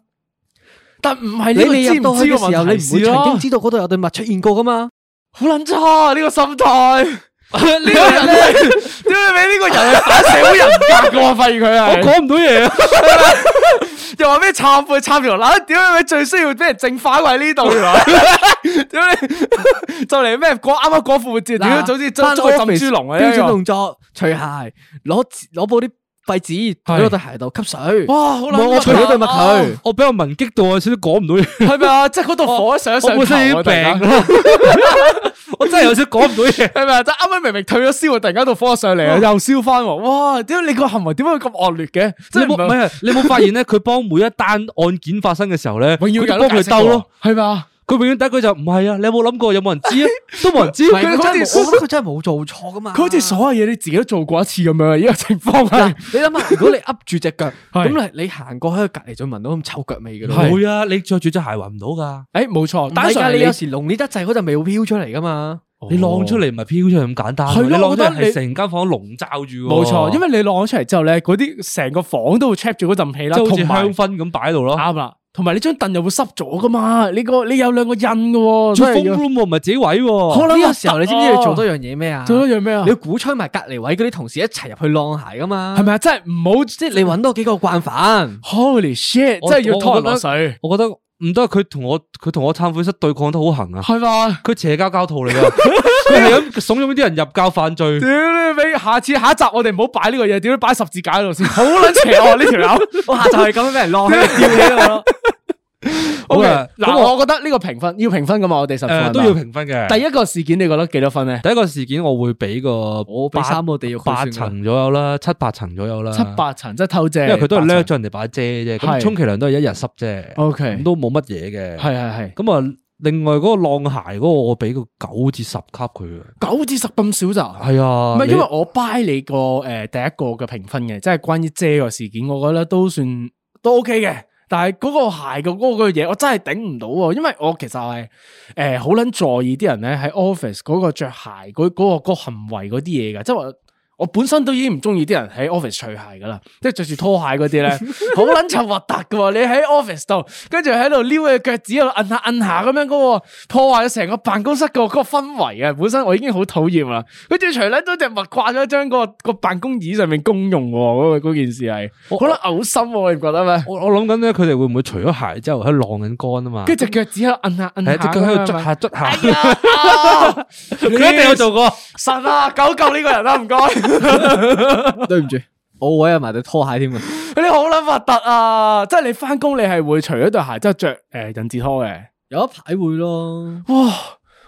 Speaker 4: 但唔係
Speaker 3: 你
Speaker 4: 呢個
Speaker 3: 未
Speaker 4: 知
Speaker 3: 入
Speaker 4: 唔
Speaker 3: 到去
Speaker 4: 知
Speaker 3: 嘅時
Speaker 4: 嘅
Speaker 3: 候，你
Speaker 4: 問題
Speaker 3: 唔會
Speaker 4: 先
Speaker 3: 曾經
Speaker 4: 咯。
Speaker 3: 知道嗰度有對襪出現過噶嘛？
Speaker 4: 好撚差啊呢個心態，呢個人咧，點解俾呢個人係反社會人格嘅？我發現佢係
Speaker 2: 我講唔到嘢啊！
Speaker 4: 又話咩懺悔懺條乸，屌你咪最需要俾人正反喺呢度原來，屌你就嚟咩過啱啱過父節，屌早知將
Speaker 3: 返
Speaker 4: 將佢浸
Speaker 3: office，
Speaker 4: 豬籠啊！
Speaker 3: 標
Speaker 4: 呢
Speaker 3: 準
Speaker 4: 個
Speaker 3: 動作，除鞋，攞攞部啲廢紙，
Speaker 4: 係
Speaker 3: 喺對鞋度吸水。
Speaker 4: 哇，好
Speaker 3: 冇
Speaker 4: 撚啊
Speaker 3: 我除咗對襪佢
Speaker 2: 我俾我文激到，我有少少講唔到嘢。
Speaker 4: 係咪啊？即係嗰度火上
Speaker 2: 我
Speaker 4: 上
Speaker 2: 本身已
Speaker 4: 頭
Speaker 2: 經
Speaker 4: 啊！突然
Speaker 2: 病
Speaker 4: 間
Speaker 2: 啦，我真係有少講唔到嘢。
Speaker 4: 系咪啊？即係啱啱明明退咗燒，突然間度火上嚟啊，又燒翻喎！哇！點解你個行為點解會咁惡劣嘅？即
Speaker 2: 你
Speaker 4: 係
Speaker 2: 冇唔
Speaker 4: 唔係
Speaker 2: 係你冇發現咧？佢幫每一單案件發生嘅時候咧，
Speaker 4: 永
Speaker 2: 佢
Speaker 4: 遠
Speaker 2: 都幫
Speaker 4: 有
Speaker 2: 佢兜咯。，
Speaker 4: 係咪啊？
Speaker 2: 佢永遠第一句就唔係啊！你有冇諗過有冇人知啊？都冇人 知。
Speaker 3: 唔係
Speaker 4: 佢
Speaker 3: 佢
Speaker 4: 好
Speaker 3: 真係
Speaker 4: 似
Speaker 3: 冇我覺得佢真係冇做錯噶嘛。
Speaker 4: 佢好似所有嘢你自己都做過一次咁樣啊！依個情況
Speaker 3: 嗱
Speaker 4: 係，
Speaker 3: 你諗下，如果你噏住只腳，
Speaker 4: 係
Speaker 3: 咁你你行過喺佢隔離就聞到咁臭腳味噶啦。
Speaker 2: 唔會啊！你着住隻鞋暈唔到㗎。
Speaker 4: 誒冇錯，
Speaker 3: 但
Speaker 4: 單
Speaker 3: 係
Speaker 4: 純
Speaker 3: 你
Speaker 4: 你
Speaker 3: 有時濃烈得滯，嗰陣味會飄出嚟噶嘛。
Speaker 2: 你晾出嚟唔係飄出嚟咁簡單喎，
Speaker 4: 哦係咯
Speaker 2: 你晾出
Speaker 4: 我覺
Speaker 2: 嚟
Speaker 4: 得你
Speaker 2: 係成間房籠罩住喎。
Speaker 4: 冇錯，因為你晾咗出嚟之後咧，嗰啲成個房都會 check 住嗰陣氣啦，
Speaker 2: 即係好
Speaker 4: 同
Speaker 2: 似
Speaker 4: 埋啊
Speaker 2: 香薰咁擺喺度咯。
Speaker 4: 啱啦，同埋你張凳又會濕咗噶嘛？你個你有兩個印噶
Speaker 2: 做
Speaker 4: 喎，真係
Speaker 2: phone
Speaker 4: 要
Speaker 2: room 喎唔係自己位喎。
Speaker 4: 好啦
Speaker 3: 呢個時候你知唔知你做
Speaker 4: 多
Speaker 3: 多樣嘢咩啊？
Speaker 4: 做咗樣咩啊
Speaker 3: 你？要鼓吹埋隔離位嗰啲同事一齊入去晾鞋噶嘛？
Speaker 4: 係咪啊？真係唔好
Speaker 3: 即係你揾多幾個 慣犯。
Speaker 4: Holy shit！
Speaker 2: 我
Speaker 4: 真係要拖
Speaker 2: 我
Speaker 4: 人落
Speaker 2: 覺得
Speaker 4: 水，
Speaker 2: 我覺得唔得，佢同我佢同我忏悔室對抗得好行啊！
Speaker 4: 係嘛？
Speaker 2: 佢邪教教徒嚟 噶，佢係咁慫恿啲人入教犯罪。
Speaker 4: 屌你俾下次下一集我哋唔好擺呢個嘢，屌你擺十字架喺度 先，好撚邪惡啊呢條友。
Speaker 3: 我下晝係咁樣俾人 晾喺度吊起我咯。
Speaker 4: O
Speaker 2: 好
Speaker 4: K，
Speaker 2: 啊咁
Speaker 4: 嗱，
Speaker 2: 我
Speaker 4: 我覺得呢個評分要評分噶嘛，我哋十分
Speaker 2: 誒
Speaker 4: 係
Speaker 2: 都
Speaker 4: 嘛
Speaker 2: 要。評分嘅。
Speaker 4: 啊第一個事件你覺得幾多分咧？
Speaker 2: 第一個事件我會俾個
Speaker 3: 我俾
Speaker 2: 八
Speaker 3: 三個地獄
Speaker 2: 八
Speaker 3: 佢算啦
Speaker 2: 層左右啦，七八層左右啦。
Speaker 4: 七，八層即係偷遮，
Speaker 2: 因為佢都係掠
Speaker 4: 叻
Speaker 2: 咗人哋把遮啫，咁
Speaker 4: 係
Speaker 2: 充其量都係一日濕啫，
Speaker 4: O K，
Speaker 2: 咁都冇乜嘢嘅。
Speaker 4: 係係係
Speaker 2: 咁啊，另外嗰個浪鞋嗰個我俾個九至十級佢啊。
Speaker 4: 九至十咁少咋？
Speaker 2: 係啊，
Speaker 4: 唔係
Speaker 2: 你
Speaker 4: 因為我 buy 你個誒第一個嘅評分嘅，即係關於遮個事件，我覺得都算都 OK 嘅。但係嗰個鞋嘅嗰個嘢，我真係頂唔到喎，因為我其實係誒呃好撚在意啲人咧喺 office 嗰個着鞋嗰嗰、個嗰個行為嗰啲嘢㗎，即係話。我本身都已經唔中意啲人喺 office 除鞋噶啦，即係着住拖鞋嗰啲 咧，好撚臭核突噶喎！你喺 office 度，跟住喺度撩嘅腳趾喺度摁下摁下咁樣嗰個破壞咗成個辦公室個嗰個氛圍啊！本身我已經好討厭啦，跟住除撚咗隻襪掛咗張嗰個個辦公椅上面公用喎，嗰個嗰件事係好撚嘔心喎，你唔覺得咩？
Speaker 2: 我我諗緊咧，佢哋會唔會除咗鞋之後喺浪緊乾啊嘛？
Speaker 4: 跟住隻腳趾喺度摁下摁下，
Speaker 2: 係隻腳喺度捽
Speaker 4: 啊
Speaker 2: 下捽下，
Speaker 4: 捽
Speaker 2: 佢一定有做過。
Speaker 4: 神啊！救救呢個人啦，唔該，
Speaker 3: 對唔住，我位有埋對拖鞋添啊！
Speaker 4: 你好撚核突啊！即係你翻工你係會除咗對鞋之後着誒人字拖嘅。
Speaker 3: 有一排會咯，
Speaker 4: 哇！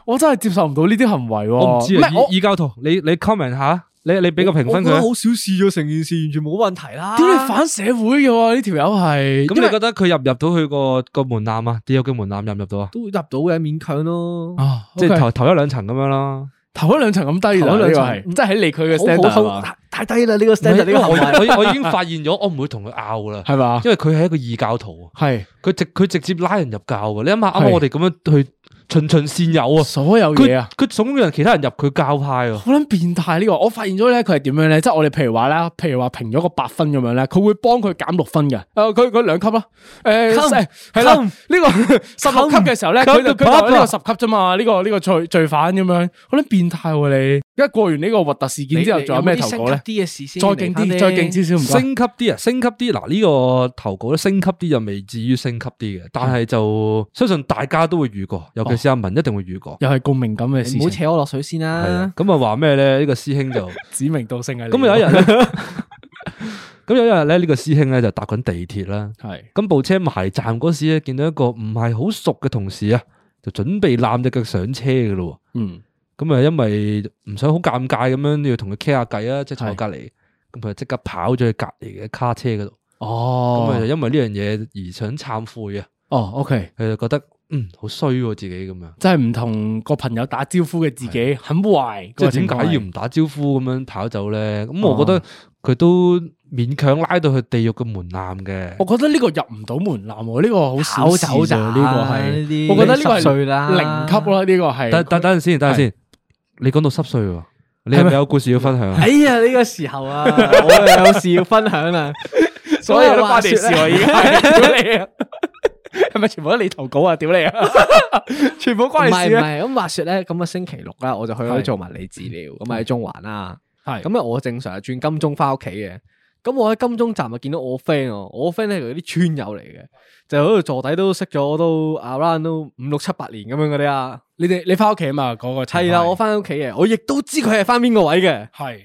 Speaker 4: 我真係接受唔到呢啲行為喎、
Speaker 2: 我唔知啊
Speaker 4: 哦係我，
Speaker 2: 依依交圖，你你 comment 下，你你俾個評分
Speaker 3: 我覺得好
Speaker 2: 佢。啊
Speaker 3: 小事咗，成件事完全冇問題啦。
Speaker 4: 屌你反社會嘅喎、呢條友係。
Speaker 2: 咁
Speaker 4: 因
Speaker 2: 你
Speaker 4: 為
Speaker 2: 覺得佢入唔入到佢個個門檻啊？啲有嘅門檻入唔入到啊？
Speaker 3: 都入到嘅，勉強咯。
Speaker 4: 啊，
Speaker 2: 即
Speaker 4: 即
Speaker 2: 係
Speaker 4: 係頭
Speaker 2: 頭頭一兩層咁樣啦。
Speaker 4: 頭一兩層咁低
Speaker 3: 頭
Speaker 4: 咗
Speaker 3: 一
Speaker 4: 兩層，
Speaker 3: 兩層
Speaker 4: 係真係喺你佢嘅
Speaker 3: 好
Speaker 4: standard
Speaker 3: 好好
Speaker 4: 係嘛
Speaker 3: 太太低啦，呢個
Speaker 2: 唔係
Speaker 3: standard 呢
Speaker 2: 因為
Speaker 3: 個
Speaker 2: 我
Speaker 3: 行為。
Speaker 2: 我我已經發現咗，我唔會同佢拗 噶啦，
Speaker 4: 係嘛？
Speaker 2: 因為佢係一個異教徒啊，
Speaker 4: 係
Speaker 2: 佢直佢直接拉人入教噶。你諗下，啱啱
Speaker 4: 係
Speaker 2: 我哋咁樣去循循善誘啊，
Speaker 4: 所有嘢
Speaker 2: 佢
Speaker 4: 啊，
Speaker 2: 佢慫恿人其他人入佢教派啊。
Speaker 4: 好撚變態呢、個。我發現咗咧，佢係點樣咧？即係我哋譬如話啦，譬如話評咗個八分咁樣咧，佢會幫佢減六分嘅。誒、佢佢兩級啦，誒
Speaker 3: 冚
Speaker 4: 誒係啦，
Speaker 3: 冚
Speaker 4: 呢、個十六級嘅時候咧，
Speaker 2: 冚
Speaker 4: 佢就佢就話
Speaker 2: the
Speaker 4: 呢個十級啫嘛，呢、個呢、個罪罪犯咁樣，好撚變態喎、你。一過完呢個核突事件之後，
Speaker 3: 你
Speaker 4: 仲有咩投稿咧？？
Speaker 3: 你
Speaker 4: 再
Speaker 3: 有冇啲升級啲嘅事先
Speaker 4: 勁
Speaker 3: 嚟返
Speaker 4: 啲，
Speaker 3: 呢
Speaker 4: 再勁少少唔該。
Speaker 2: 升級啲啊，升級啲嗱呢個投稿咧，升級啲就未至於升級啲嘅，但係就相信大家都會遇過，尤其是阿文一定會遇過。
Speaker 4: 又係共鳴感嘅事
Speaker 3: 你唔好
Speaker 4: 情，
Speaker 3: 扯我落水先
Speaker 2: 係啊
Speaker 3: 啦。
Speaker 2: 咁啊話咩咧？呢個師兄就
Speaker 4: 指名道姓啊！
Speaker 2: 咁有一日咧， 咁有一日咧，呢個師兄咧就搭緊地鐵啦。
Speaker 4: 係
Speaker 2: 咁部車埋站嗰時咧，見到一個唔係好熟嘅同事啊，就準備攬只腳上車嘅咯
Speaker 4: 嗯
Speaker 2: 喎。咁啊，因為唔想好尷尬咁樣，要同佢傾下偈啊，即係坐
Speaker 4: 係
Speaker 2: 喺隔離。咁佢就即刻跑咗去隔離嘅卡車嗰度。咁
Speaker 4: 哦
Speaker 2: 啊，就因為呢樣嘢而想懺悔啊，
Speaker 4: 哦，OK，
Speaker 2: 佢就覺得嗯好衰喎自己咁樣，
Speaker 4: 真係唔同個朋友打招呼嘅自己很壞，
Speaker 2: 即
Speaker 4: 嗰
Speaker 2: 係
Speaker 4: 個
Speaker 2: 啊點
Speaker 4: 情況
Speaker 2: 解
Speaker 4: 係嗯
Speaker 2: 要唔打招呼咁樣跑走咧？咁我覺得佢都勉強拉到去地獄嘅門檻嘅。
Speaker 4: 我覺得呢個入唔到門檻喎，呢個好小
Speaker 3: 跑
Speaker 4: 事
Speaker 3: 走
Speaker 4: 咋，
Speaker 3: 咋
Speaker 4: 呢個
Speaker 3: 呢
Speaker 4: 係，
Speaker 3: 啲
Speaker 4: 我覺得呢個
Speaker 3: 十歲
Speaker 4: 係
Speaker 3: 啦
Speaker 4: 零級啦，呢個係。
Speaker 2: 等等等陣先，等陣先，你講到濕碎喎，你係咪有故事要分享啊？
Speaker 3: 哎呀，呢個時候 啊，我又有事要分享 啦。
Speaker 4: 啊所有都關你
Speaker 3: 話
Speaker 4: 事
Speaker 3: 說啊
Speaker 4: 喎，
Speaker 3: 咧
Speaker 4: 已經 係屌 你啊！係咪全部都你投稿啊？屌你啊！ 全部關
Speaker 3: 唔
Speaker 4: 你
Speaker 3: 係
Speaker 4: 事
Speaker 3: 唔
Speaker 4: 啊！
Speaker 3: 係，咁話說咧，咁啊星期六啦，我就去咗
Speaker 4: 係
Speaker 3: 做物理治療，咁啊喺中環啦。
Speaker 4: 係
Speaker 3: 咁啊，我正常係轉金鐘翻屋企嘅。咁我喺金鐘站就見到我 friend 喎，我 friend 咧佢啲村友嚟嘅，就喺度坐底都識咗都啊 around 都五六七八年咁樣嗰啲啊。
Speaker 4: 你哋你翻屋企啊嘛，嗰個情況
Speaker 3: 係啦，我翻屋企嘅，我亦都知佢係翻邊個位嘅。
Speaker 4: 係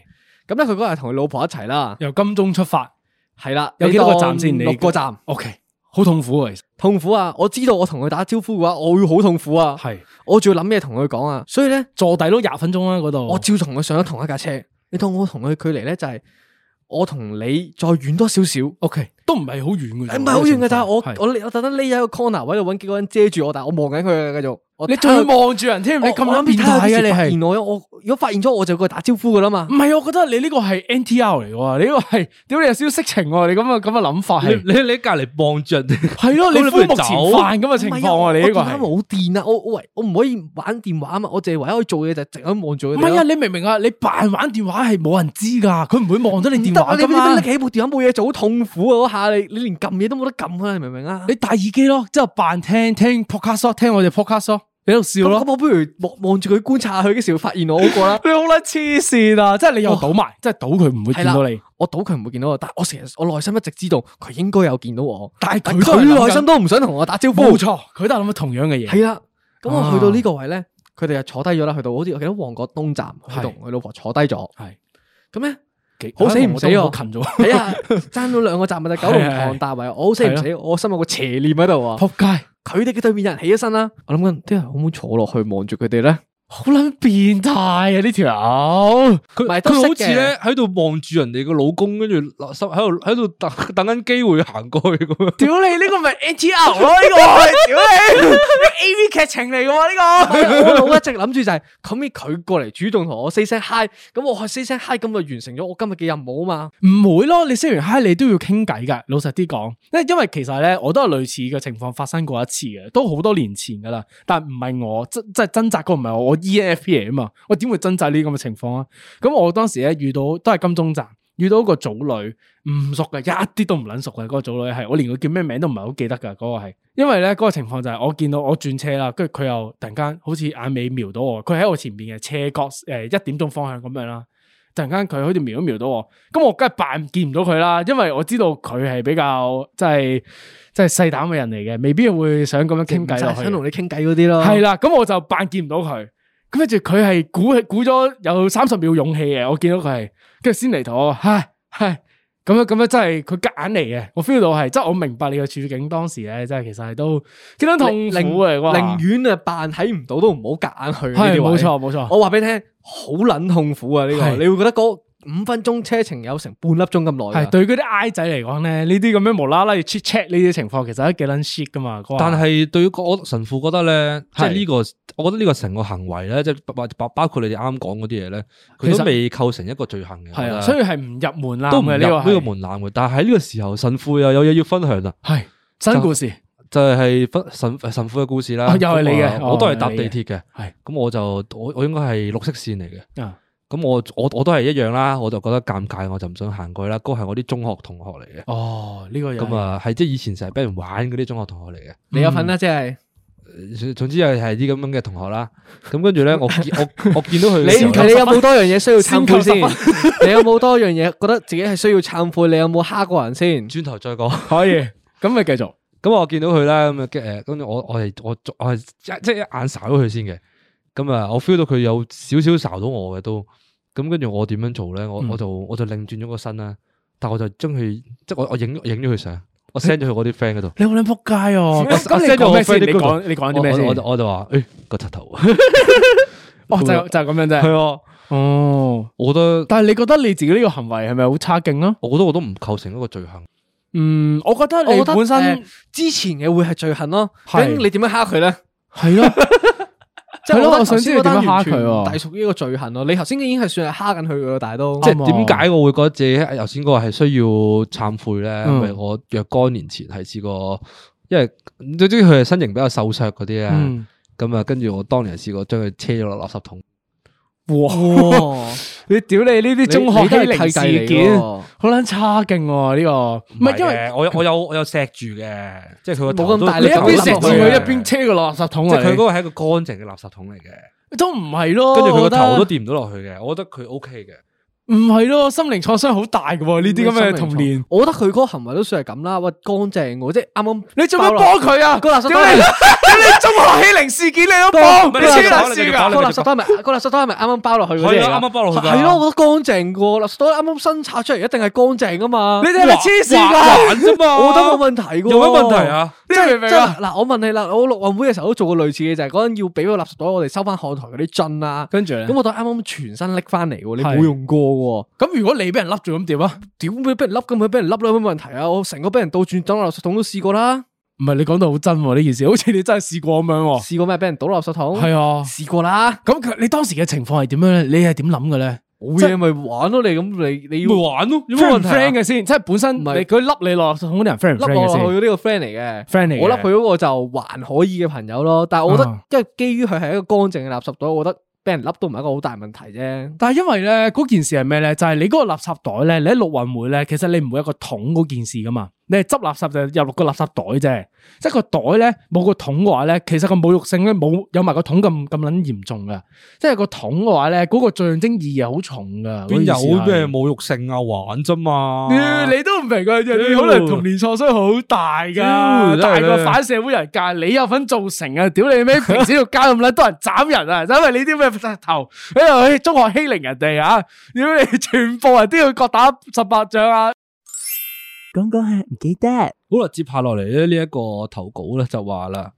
Speaker 3: 咁咧，佢嗰日同佢老婆一齊啦，
Speaker 4: 由金鐘出發，
Speaker 3: 係啦，
Speaker 4: 有幾多個站
Speaker 3: 你當
Speaker 4: 先你
Speaker 3: 六個站，
Speaker 4: ，OK，好痛苦啊，其實
Speaker 3: 痛苦啊！我知道我同佢打招呼嘅話，我會好痛苦啊！
Speaker 4: 係
Speaker 3: 我仲要諗嘢同佢講啊！所以咧，
Speaker 4: 坐底都廿分鐘啦嗰度。
Speaker 3: 我照同佢上咗同一架車。你當我同佢距離咧就係我同你再遠多少少。
Speaker 4: O K，都唔係好遠嘅，
Speaker 3: 唔係好遠嘅，但係我
Speaker 4: 係
Speaker 3: 我匿我特登匿喺個 corner 位度揾幾個人遮住我，但係我望緊佢嘅繼續。我
Speaker 4: 你仲要望住人添，你咁
Speaker 3: 我我
Speaker 4: 撚
Speaker 3: 諗住
Speaker 4: 變
Speaker 3: 睇下
Speaker 4: 態嘅
Speaker 3: 佢幾時
Speaker 4: 你
Speaker 3: 發
Speaker 4: 係
Speaker 3: 現。我，我如果發現咗我就過去打招呼噶啦嘛
Speaker 4: 唔。係，我覺得你呢個係 N T R 嚟喎，你呢個係屌你有少少色情喎，你咁嘅咁嘅諗法
Speaker 2: 你
Speaker 4: 係
Speaker 2: 你你喺隔籬望住人 哋，
Speaker 4: 係
Speaker 2: 咁
Speaker 4: 咯，你
Speaker 2: 你
Speaker 4: 枯
Speaker 2: 不如
Speaker 4: 木前
Speaker 2: 走
Speaker 4: 飯咁嘅情況啊，你呢個
Speaker 3: 我電話
Speaker 4: 係。
Speaker 3: 冇電啊！我我喂，我唔可以玩電話啊嘛，我淨係唯一可以做嘅就係直咁望住佢
Speaker 4: 唔
Speaker 3: 哋咯。
Speaker 4: 係啊，你明唔明啊？你扮玩電話係冇人知噶，佢唔會望咗你
Speaker 3: 唔
Speaker 4: 電
Speaker 3: 得啊！
Speaker 4: 話
Speaker 3: 你
Speaker 4: 噶
Speaker 3: 你
Speaker 4: 嘛
Speaker 3: 拎。起部電話冇嘢做，好痛苦啊！嗰下你你連撳嘢都冇得撳啊！你明唔明啊？
Speaker 4: 你戴耳機咯，之後扮聽聽 podcast 咯，聽我哋 podcast 咯，你喺度笑
Speaker 3: 咁
Speaker 4: 咯。。
Speaker 3: 咁我不如望望住佢觀察下佢，幾時會發現我好過啦
Speaker 4: 你好撚黐線啊！即係你又賭埋，即係賭佢唔會見到你，
Speaker 3: 我賭佢唔會見到我，但我成日我內心一直知道佢應該有見到我，
Speaker 4: 但係
Speaker 3: 但
Speaker 4: 佢都係諗緊
Speaker 3: 佢內心都唔想同我打招呼。
Speaker 4: 冇錯，佢都係諗緊同樣嘅嘢。
Speaker 3: 係啦。咁我去到呢個位咧，佢哋就坐低咗啦，去到好似我記得旺角東站，佢同佢老婆坐低咗。
Speaker 4: 係
Speaker 3: 咁咧，
Speaker 4: 幾
Speaker 3: 好死唔死啊
Speaker 4: 好近咗，
Speaker 3: 睇下爭咗兩個站咪 就係九啊龍塘大圍，我好死唔
Speaker 4: 係
Speaker 3: 死，我心有個邪念喺度 啊！
Speaker 4: 仆街，
Speaker 3: 佢哋嘅對面有人起咗身啦，我諗緊啲人可唔可以坐落去望住佢哋咧？
Speaker 4: 好撚變態啊！呢條友，
Speaker 2: 佢
Speaker 3: 唔
Speaker 2: 佢
Speaker 3: 係都識
Speaker 2: 好似
Speaker 3: 嘅
Speaker 2: 咧喺度望住人哋個老公，跟住立心喺度喺度等等緊機會行過去咁樣。
Speaker 4: 屌你呢個咪 NTR 咯？呢個係屌你 AV 劇情嚟嘅喎呢個。
Speaker 3: 啊我 腦一直諗住就係，咁咪佢過嚟主動同我 say 聲 hi，咁我去 say 聲 hi，咁就完成咗我今日嘅任務啊嘛。
Speaker 4: 唔會咯，你 say 完 hi 你都要傾偈噶。老實啲講，因為因為其實咧，我都有類似嘅情況發生過一次嘅，都好多年前噶啦。但唔係我，即即係掙扎嗰個唔係我，我 ENFP 嚟啊嘛，我點會掙扎呢啲咁嘅情況啊？咁我當時咧遇到都係金鐘站，遇到一個組女唔熟嘅，一啲都唔撚熟嘅嗰、個組女係，我連佢叫咩名都唔係好記得噶嗰、個係，因為咧嗰、個情況就係我見到我轉車啦，跟住佢又突然間好似眼尾瞄到我，佢喺我前面嘅斜角誒一點鐘方向咁樣啦。突然間佢好似瞄一瞄到我，咁我梗係扮見唔到佢啦，因為我知道佢係比較即係即係細膽嘅人嚟嘅，未必會想咁樣傾偈落
Speaker 3: 就係想同
Speaker 4: 去。
Speaker 3: 你傾偈嗰啲咯。
Speaker 4: 係啦，咁我就扮見唔到佢，咁跟住佢係估估咗有三十秒勇氣嘅，我見到佢係，跟住先嚟同我嗨嗨咁樣咁樣真係佢夾硬嚟嘅，我 feel 到係，即係我明白你嘅處境當時咧，真係其實係都幾多痛苦嘅，哇
Speaker 3: 寧願啊扮睇唔到都唔好夾硬去呢
Speaker 4: 係
Speaker 3: 啲
Speaker 4: 冇
Speaker 3: 位。
Speaker 4: 錯冇錯，
Speaker 3: 我話俾你聽，好撚痛苦啊！呢個
Speaker 4: 係
Speaker 3: 你會覺得嗰五分鐘車程有成半粒鐘咁耐啊
Speaker 4: 係
Speaker 3: 㗎。
Speaker 4: 對嗰啲 I 仔嚟講咧，呢啲咁樣無啦啦要 check check 呢啲情況，其實都幾撚 shit 噶嘛，
Speaker 2: 但係對於我神父覺得咧，即係呢個，我覺得呢個成個行為咧，即係包包包括你哋啱講嗰啲嘢咧，佢
Speaker 4: 其
Speaker 2: 都
Speaker 4: 實
Speaker 2: 未構成一個罪行嘅。
Speaker 4: 係
Speaker 2: 我覺得
Speaker 4: 啊，所以係唔入門啦，
Speaker 2: 都唔入
Speaker 4: 嘅
Speaker 2: 呢
Speaker 4: 呢個
Speaker 2: 個門檻嘅。但係喺呢個時候，神父又有嘢要分享啦，啊
Speaker 4: 係新故事
Speaker 2: 就係分神神父嘅故事啦。
Speaker 4: 啊又係你嘅
Speaker 2: 咁我我都係
Speaker 4: 哦
Speaker 2: 搭
Speaker 4: 係
Speaker 2: 地
Speaker 4: 你嘅
Speaker 2: 鐵嘅，
Speaker 4: 係
Speaker 2: 咁我就我我應該係綠色線嚟嘅。
Speaker 4: 啊，
Speaker 2: 咁我我我都係一樣啦，我就覺得尷尬，我就唔想行過去啦。嗰個係我啲中學同學嚟嘅，
Speaker 4: 哦呢個又係
Speaker 2: 咁啊係即係以前成日俾人玩嗰啲中學同學嚟嘅。
Speaker 3: 你有份啦，即
Speaker 4: 嗯
Speaker 3: 係
Speaker 2: 總總之又係啲咁樣嘅同學啦。咁跟住咧，我見我我見到佢
Speaker 3: 你
Speaker 2: 嘅時候
Speaker 3: 你
Speaker 2: 呢
Speaker 3: 有冇多樣嘢需要懺悔先
Speaker 4: 先扣？
Speaker 3: 你有冇多樣嘢覺得自己係需要懺悔？你有冇蝦過人先？
Speaker 2: 轉頭再講。
Speaker 4: 可以，咁咪繼續
Speaker 2: 咁我見到佢啦，咁啊誒，跟住我我係我我係一即係一眼睄咗佢先嘅。咁啊，我 feel 到佢有少少睄到我嘅都。咁跟住我點樣做咧？我
Speaker 4: 嗯
Speaker 2: 我就我就擰轉咗個身啦，但我就將佢即係我我影影咗佢相，我 send 咗去我啲 friend 嗰度。
Speaker 4: 你好撚仆街哦，咁
Speaker 2: 我
Speaker 4: 咁你
Speaker 2: send 咗
Speaker 4: 講
Speaker 2: 我
Speaker 4: 咩先？你
Speaker 2: friend 嗰
Speaker 4: 講你講啲咩
Speaker 2: 我我我
Speaker 4: 先
Speaker 2: 就？我就話誒個柒頭，
Speaker 4: 哦，就就咁樣啫。
Speaker 2: 係啊，
Speaker 4: 哦，
Speaker 2: 我覺得
Speaker 4: 但係你覺得你自己呢個行為係咪好差勁啊？
Speaker 2: 我覺得我都唔構成一個罪行。
Speaker 4: 嗯，我覺得
Speaker 3: 我
Speaker 4: 你
Speaker 3: 覺得
Speaker 4: 本身
Speaker 3: 誒之前嘅會係罪行咯，究
Speaker 4: 係
Speaker 3: 竟你點樣蝦佢咧？
Speaker 4: 係咯，
Speaker 3: 即係
Speaker 4: 係咯
Speaker 3: 我
Speaker 4: 我想知
Speaker 3: 知
Speaker 4: 你點樣蝦佢啊喎
Speaker 3: 但係屬於一個罪行咯。你頭先已經係算係蝦緊佢噶啦，但係都
Speaker 2: 即
Speaker 4: 啱
Speaker 2: 係
Speaker 4: 啊
Speaker 2: 點解我會覺得自己頭先嗰個係需要懺悔咧？
Speaker 4: 嗯
Speaker 2: 因為我若干年前係試過，因為總之佢係身形比較瘦削嗰啲咧，
Speaker 4: 嗯，
Speaker 2: 咁啊跟住我當年係試過將佢車咗落垃圾桶。
Speaker 4: 哇，你屌你呢啲中學欺凌事件，
Speaker 3: 冇
Speaker 4: 好撚差勁喎呢個，唔係因為。
Speaker 2: 我有我有我有錫住嘅，即係佢個
Speaker 3: 頭冇咁大
Speaker 4: 你
Speaker 3: 力
Speaker 4: 一
Speaker 3: 都
Speaker 4: 邊
Speaker 2: 아,
Speaker 3: 錫
Speaker 4: 食
Speaker 3: 住
Speaker 4: 住
Speaker 3: 佢
Speaker 4: 佢，一
Speaker 3: 一
Speaker 4: 邊車個垃圾桶
Speaker 2: 即
Speaker 4: 啊！
Speaker 2: 係佢嗰個係一個乾淨嘅垃圾桶嚟嘅，
Speaker 4: 都唔係咯，
Speaker 2: 跟住佢
Speaker 4: 我
Speaker 2: 個
Speaker 4: 覺得
Speaker 2: 頭都掂唔到落去嘅，我覺得佢 OK 嘅。
Speaker 4: 唔係咯，心靈創傷好大嘅喎，呢
Speaker 3: 음,
Speaker 4: 啲咁嘅童年，
Speaker 3: 我覺得佢嗰個行為都算係咁啦，喂，乾淨喎，即係啱啱
Speaker 4: 你做乜幫佢啊？
Speaker 3: 個垃圾
Speaker 4: 屌
Speaker 3: 袋
Speaker 4: 你，屌你中學欺凌事件你都 幫，
Speaker 2: 幫
Speaker 4: 你黐
Speaker 2: 你
Speaker 4: 撚線
Speaker 2: 幫
Speaker 4: 㗎！
Speaker 3: 個垃圾袋咪個垃圾袋係咪啱啱包落去嗰啲
Speaker 2: 係
Speaker 3: 嚟
Speaker 2: 啊
Speaker 3: 㗎
Speaker 2: 啱啱包落去㗎
Speaker 3: 係咯，我覺得乾淨個垃圾袋啱啱新拆出嚟，一定係乾淨噶嘛。
Speaker 4: 你哋係咪黐線㗎？
Speaker 2: 玩啫嘛，
Speaker 3: 我覺得冇問題噶。
Speaker 2: 有咩問題？啊？
Speaker 3: 即
Speaker 4: 你明唔
Speaker 3: 係
Speaker 4: 明
Speaker 3: 即
Speaker 4: 啊
Speaker 3: 係嗱，我問你啦，我陸運會嘅時候都做過類似嘅，就係嗰陣要俾個垃圾袋我哋收翻看台嗰啲樽啦。
Speaker 4: 跟住咧
Speaker 3: 咁，我袋啱啱全新拎翻嚟喎，你
Speaker 4: 啊係
Speaker 3: 冇用過喎。
Speaker 4: 咁如果你俾人笠住咁點啊？
Speaker 3: 屌，俾俾人笠咁佢俾人笠啦，有咩問題啊？我成個俾人倒轉抌落垃圾桶都試過啦，
Speaker 4: 唔係你講到好真喎呢件事，好似你真係試過咁樣喎。
Speaker 3: 試過咩？俾人倒落垃圾桶，
Speaker 4: 係啊，
Speaker 3: 試過啦。
Speaker 4: 咁佢你當時嘅情況係點樣咧？你係點諗嘅咧？
Speaker 3: 冇嘢咪玩咯，你咁你你
Speaker 2: 咪
Speaker 3: 要
Speaker 2: 玩咯，有咩
Speaker 4: friend
Speaker 2: 問
Speaker 4: 唔
Speaker 2: 題
Speaker 4: friend
Speaker 2: 啊？
Speaker 4: 嘅先，即係本身
Speaker 3: 唔
Speaker 4: 你
Speaker 3: 係
Speaker 4: 佢笠你落同嗰啲人 friend 唔
Speaker 3: 笠
Speaker 4: friend 嘅
Speaker 3: 我落去
Speaker 4: 先
Speaker 3: 嗰啲個 friend 嚟嘅。
Speaker 4: ，friend 嚟嘅。
Speaker 3: 我覺得佢嗰個就還可以嘅朋友咯，但係我覺得
Speaker 4: 啊，
Speaker 3: 因為基於佢係一個乾淨嘅垃圾袋，我覺得俾人笠都唔係一個好大問題啫。
Speaker 4: 但係因為咧嗰件事係咩咧？就係、你嗰個垃圾袋咧，你喺陸運會咧，其實你唔會有個桶嗰件事噶嘛，你係執垃圾就入落個垃圾袋啫。即係個袋咧冇個桶嘅話咧，其實個侮辱性咧冇有埋個桶咁咁撚嚴重噶。即係個桶嘅話咧，嗰、個象徵意義好重噶。
Speaker 2: 邊有
Speaker 4: 嗰件
Speaker 2: 咩
Speaker 4: 事係？
Speaker 2: 侮辱性啊？玩啫嘛，
Speaker 4: 屌嗯你都唔明啊！
Speaker 2: 屌
Speaker 4: 你可能童年創傷好大
Speaker 2: 屌
Speaker 4: 噶，
Speaker 2: 真係
Speaker 4: 大過
Speaker 2: 咧
Speaker 4: 反社會人格，你有份造成啊！屌你咩？平時喺度交咁撚多人斬人啊，就因為你啲咩石頭喺度去中學欺凌人哋啊！屌你全部人都要各打十八掌啊！
Speaker 5: 讲讲下唔记得。
Speaker 2: 好啦，接下落嚟咧呢一個投稿咧就話啦，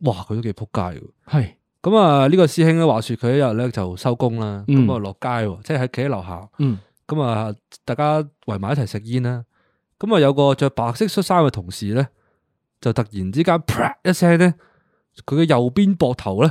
Speaker 2: 哇佢都幾扑街嘅。
Speaker 4: 係
Speaker 2: 咁啊呢個師兄咧話说佢一日咧就收工啦，
Speaker 4: 嗯
Speaker 2: 咁啊落街喎，即係喺企喺樓下，
Speaker 4: 嗯
Speaker 2: 咁啊大家圍埋一齊食煙啦。咁啊有個着白色恤衫嘅同事咧，就突然之間啪一聲咧，佢嘅右邊膊頭咧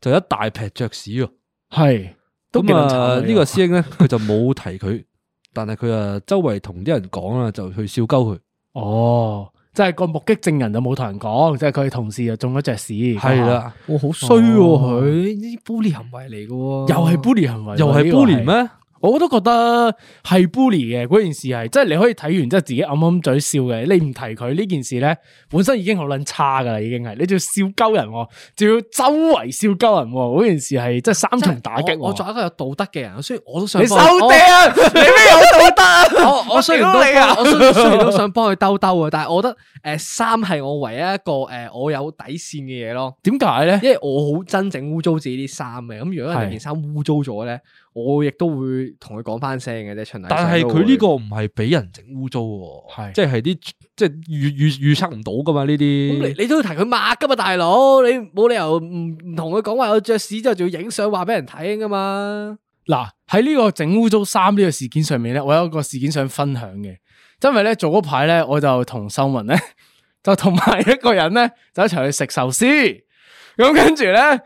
Speaker 2: 就一大劈雀屎喎。
Speaker 4: 係都幾
Speaker 2: 咁
Speaker 4: 撚慘
Speaker 2: 啊
Speaker 4: 啊
Speaker 2: 呢個師兄咧佢就冇提佢，但係佢啊周圍同啲人講啦，就去笑鳩佢。
Speaker 4: 哦，即係個目擊證人就冇同人講，即係佢同事就中咗隻屎。
Speaker 2: 係，啦，
Speaker 3: 我好衰喎
Speaker 4: 哦
Speaker 3: 佢，呢啲 bully 行為嚟嘅喎，
Speaker 4: 又係 bully 行為喎，
Speaker 2: 又係
Speaker 4: 呢個
Speaker 2: bully 咩？
Speaker 4: 我都覺得係 bully 嘅嗰件事係，即係你可以睇完之後自己暗暗嘴笑嘅。你唔提佢呢件事咧，本身已經好撚差噶啦，已經係，你仲要笑鳩人喎，仲要周圍笑鳩人喎，嗰件事係即係三
Speaker 3: 即係
Speaker 4: 重打擊
Speaker 3: 我我作
Speaker 4: 喎。
Speaker 3: 為一個有道德嘅人，雖然我都想
Speaker 4: 你收
Speaker 3: 幫佢
Speaker 4: 嗲啊！你咩有道德啊？
Speaker 3: 我我雖然都
Speaker 4: 屌你啊
Speaker 3: 我雖雖然都想幫佢兜兜啊，但係我覺得誒衫係我唯一一個誒我有底線嘅嘢咯，
Speaker 4: 點解 咧？
Speaker 3: 因為我好憎整污糟自己啲衫嘅。咁如果人哋件衫污糟咗咧，我亦都會同佢講翻聲嘅啫。循例
Speaker 2: 但係佢呢個唔係俾人整污糟喎，
Speaker 4: 係
Speaker 2: 即係啲即係預預預測唔到噶嘛呢
Speaker 3: 咁
Speaker 2: 啲。
Speaker 3: 你你都要提佢抹噶嘛，大佬，你冇理由唔唔同佢講話有着屎之後，仲要影相話俾人睇噶嘛。
Speaker 4: 嗱喺呢個整污糟衫呢個事件上面咧，我有一個事件想分享嘅，因為咧做嗰排咧，我就同秀文咧 就同埋一個人咧就一齊去食壽司，咁跟住咧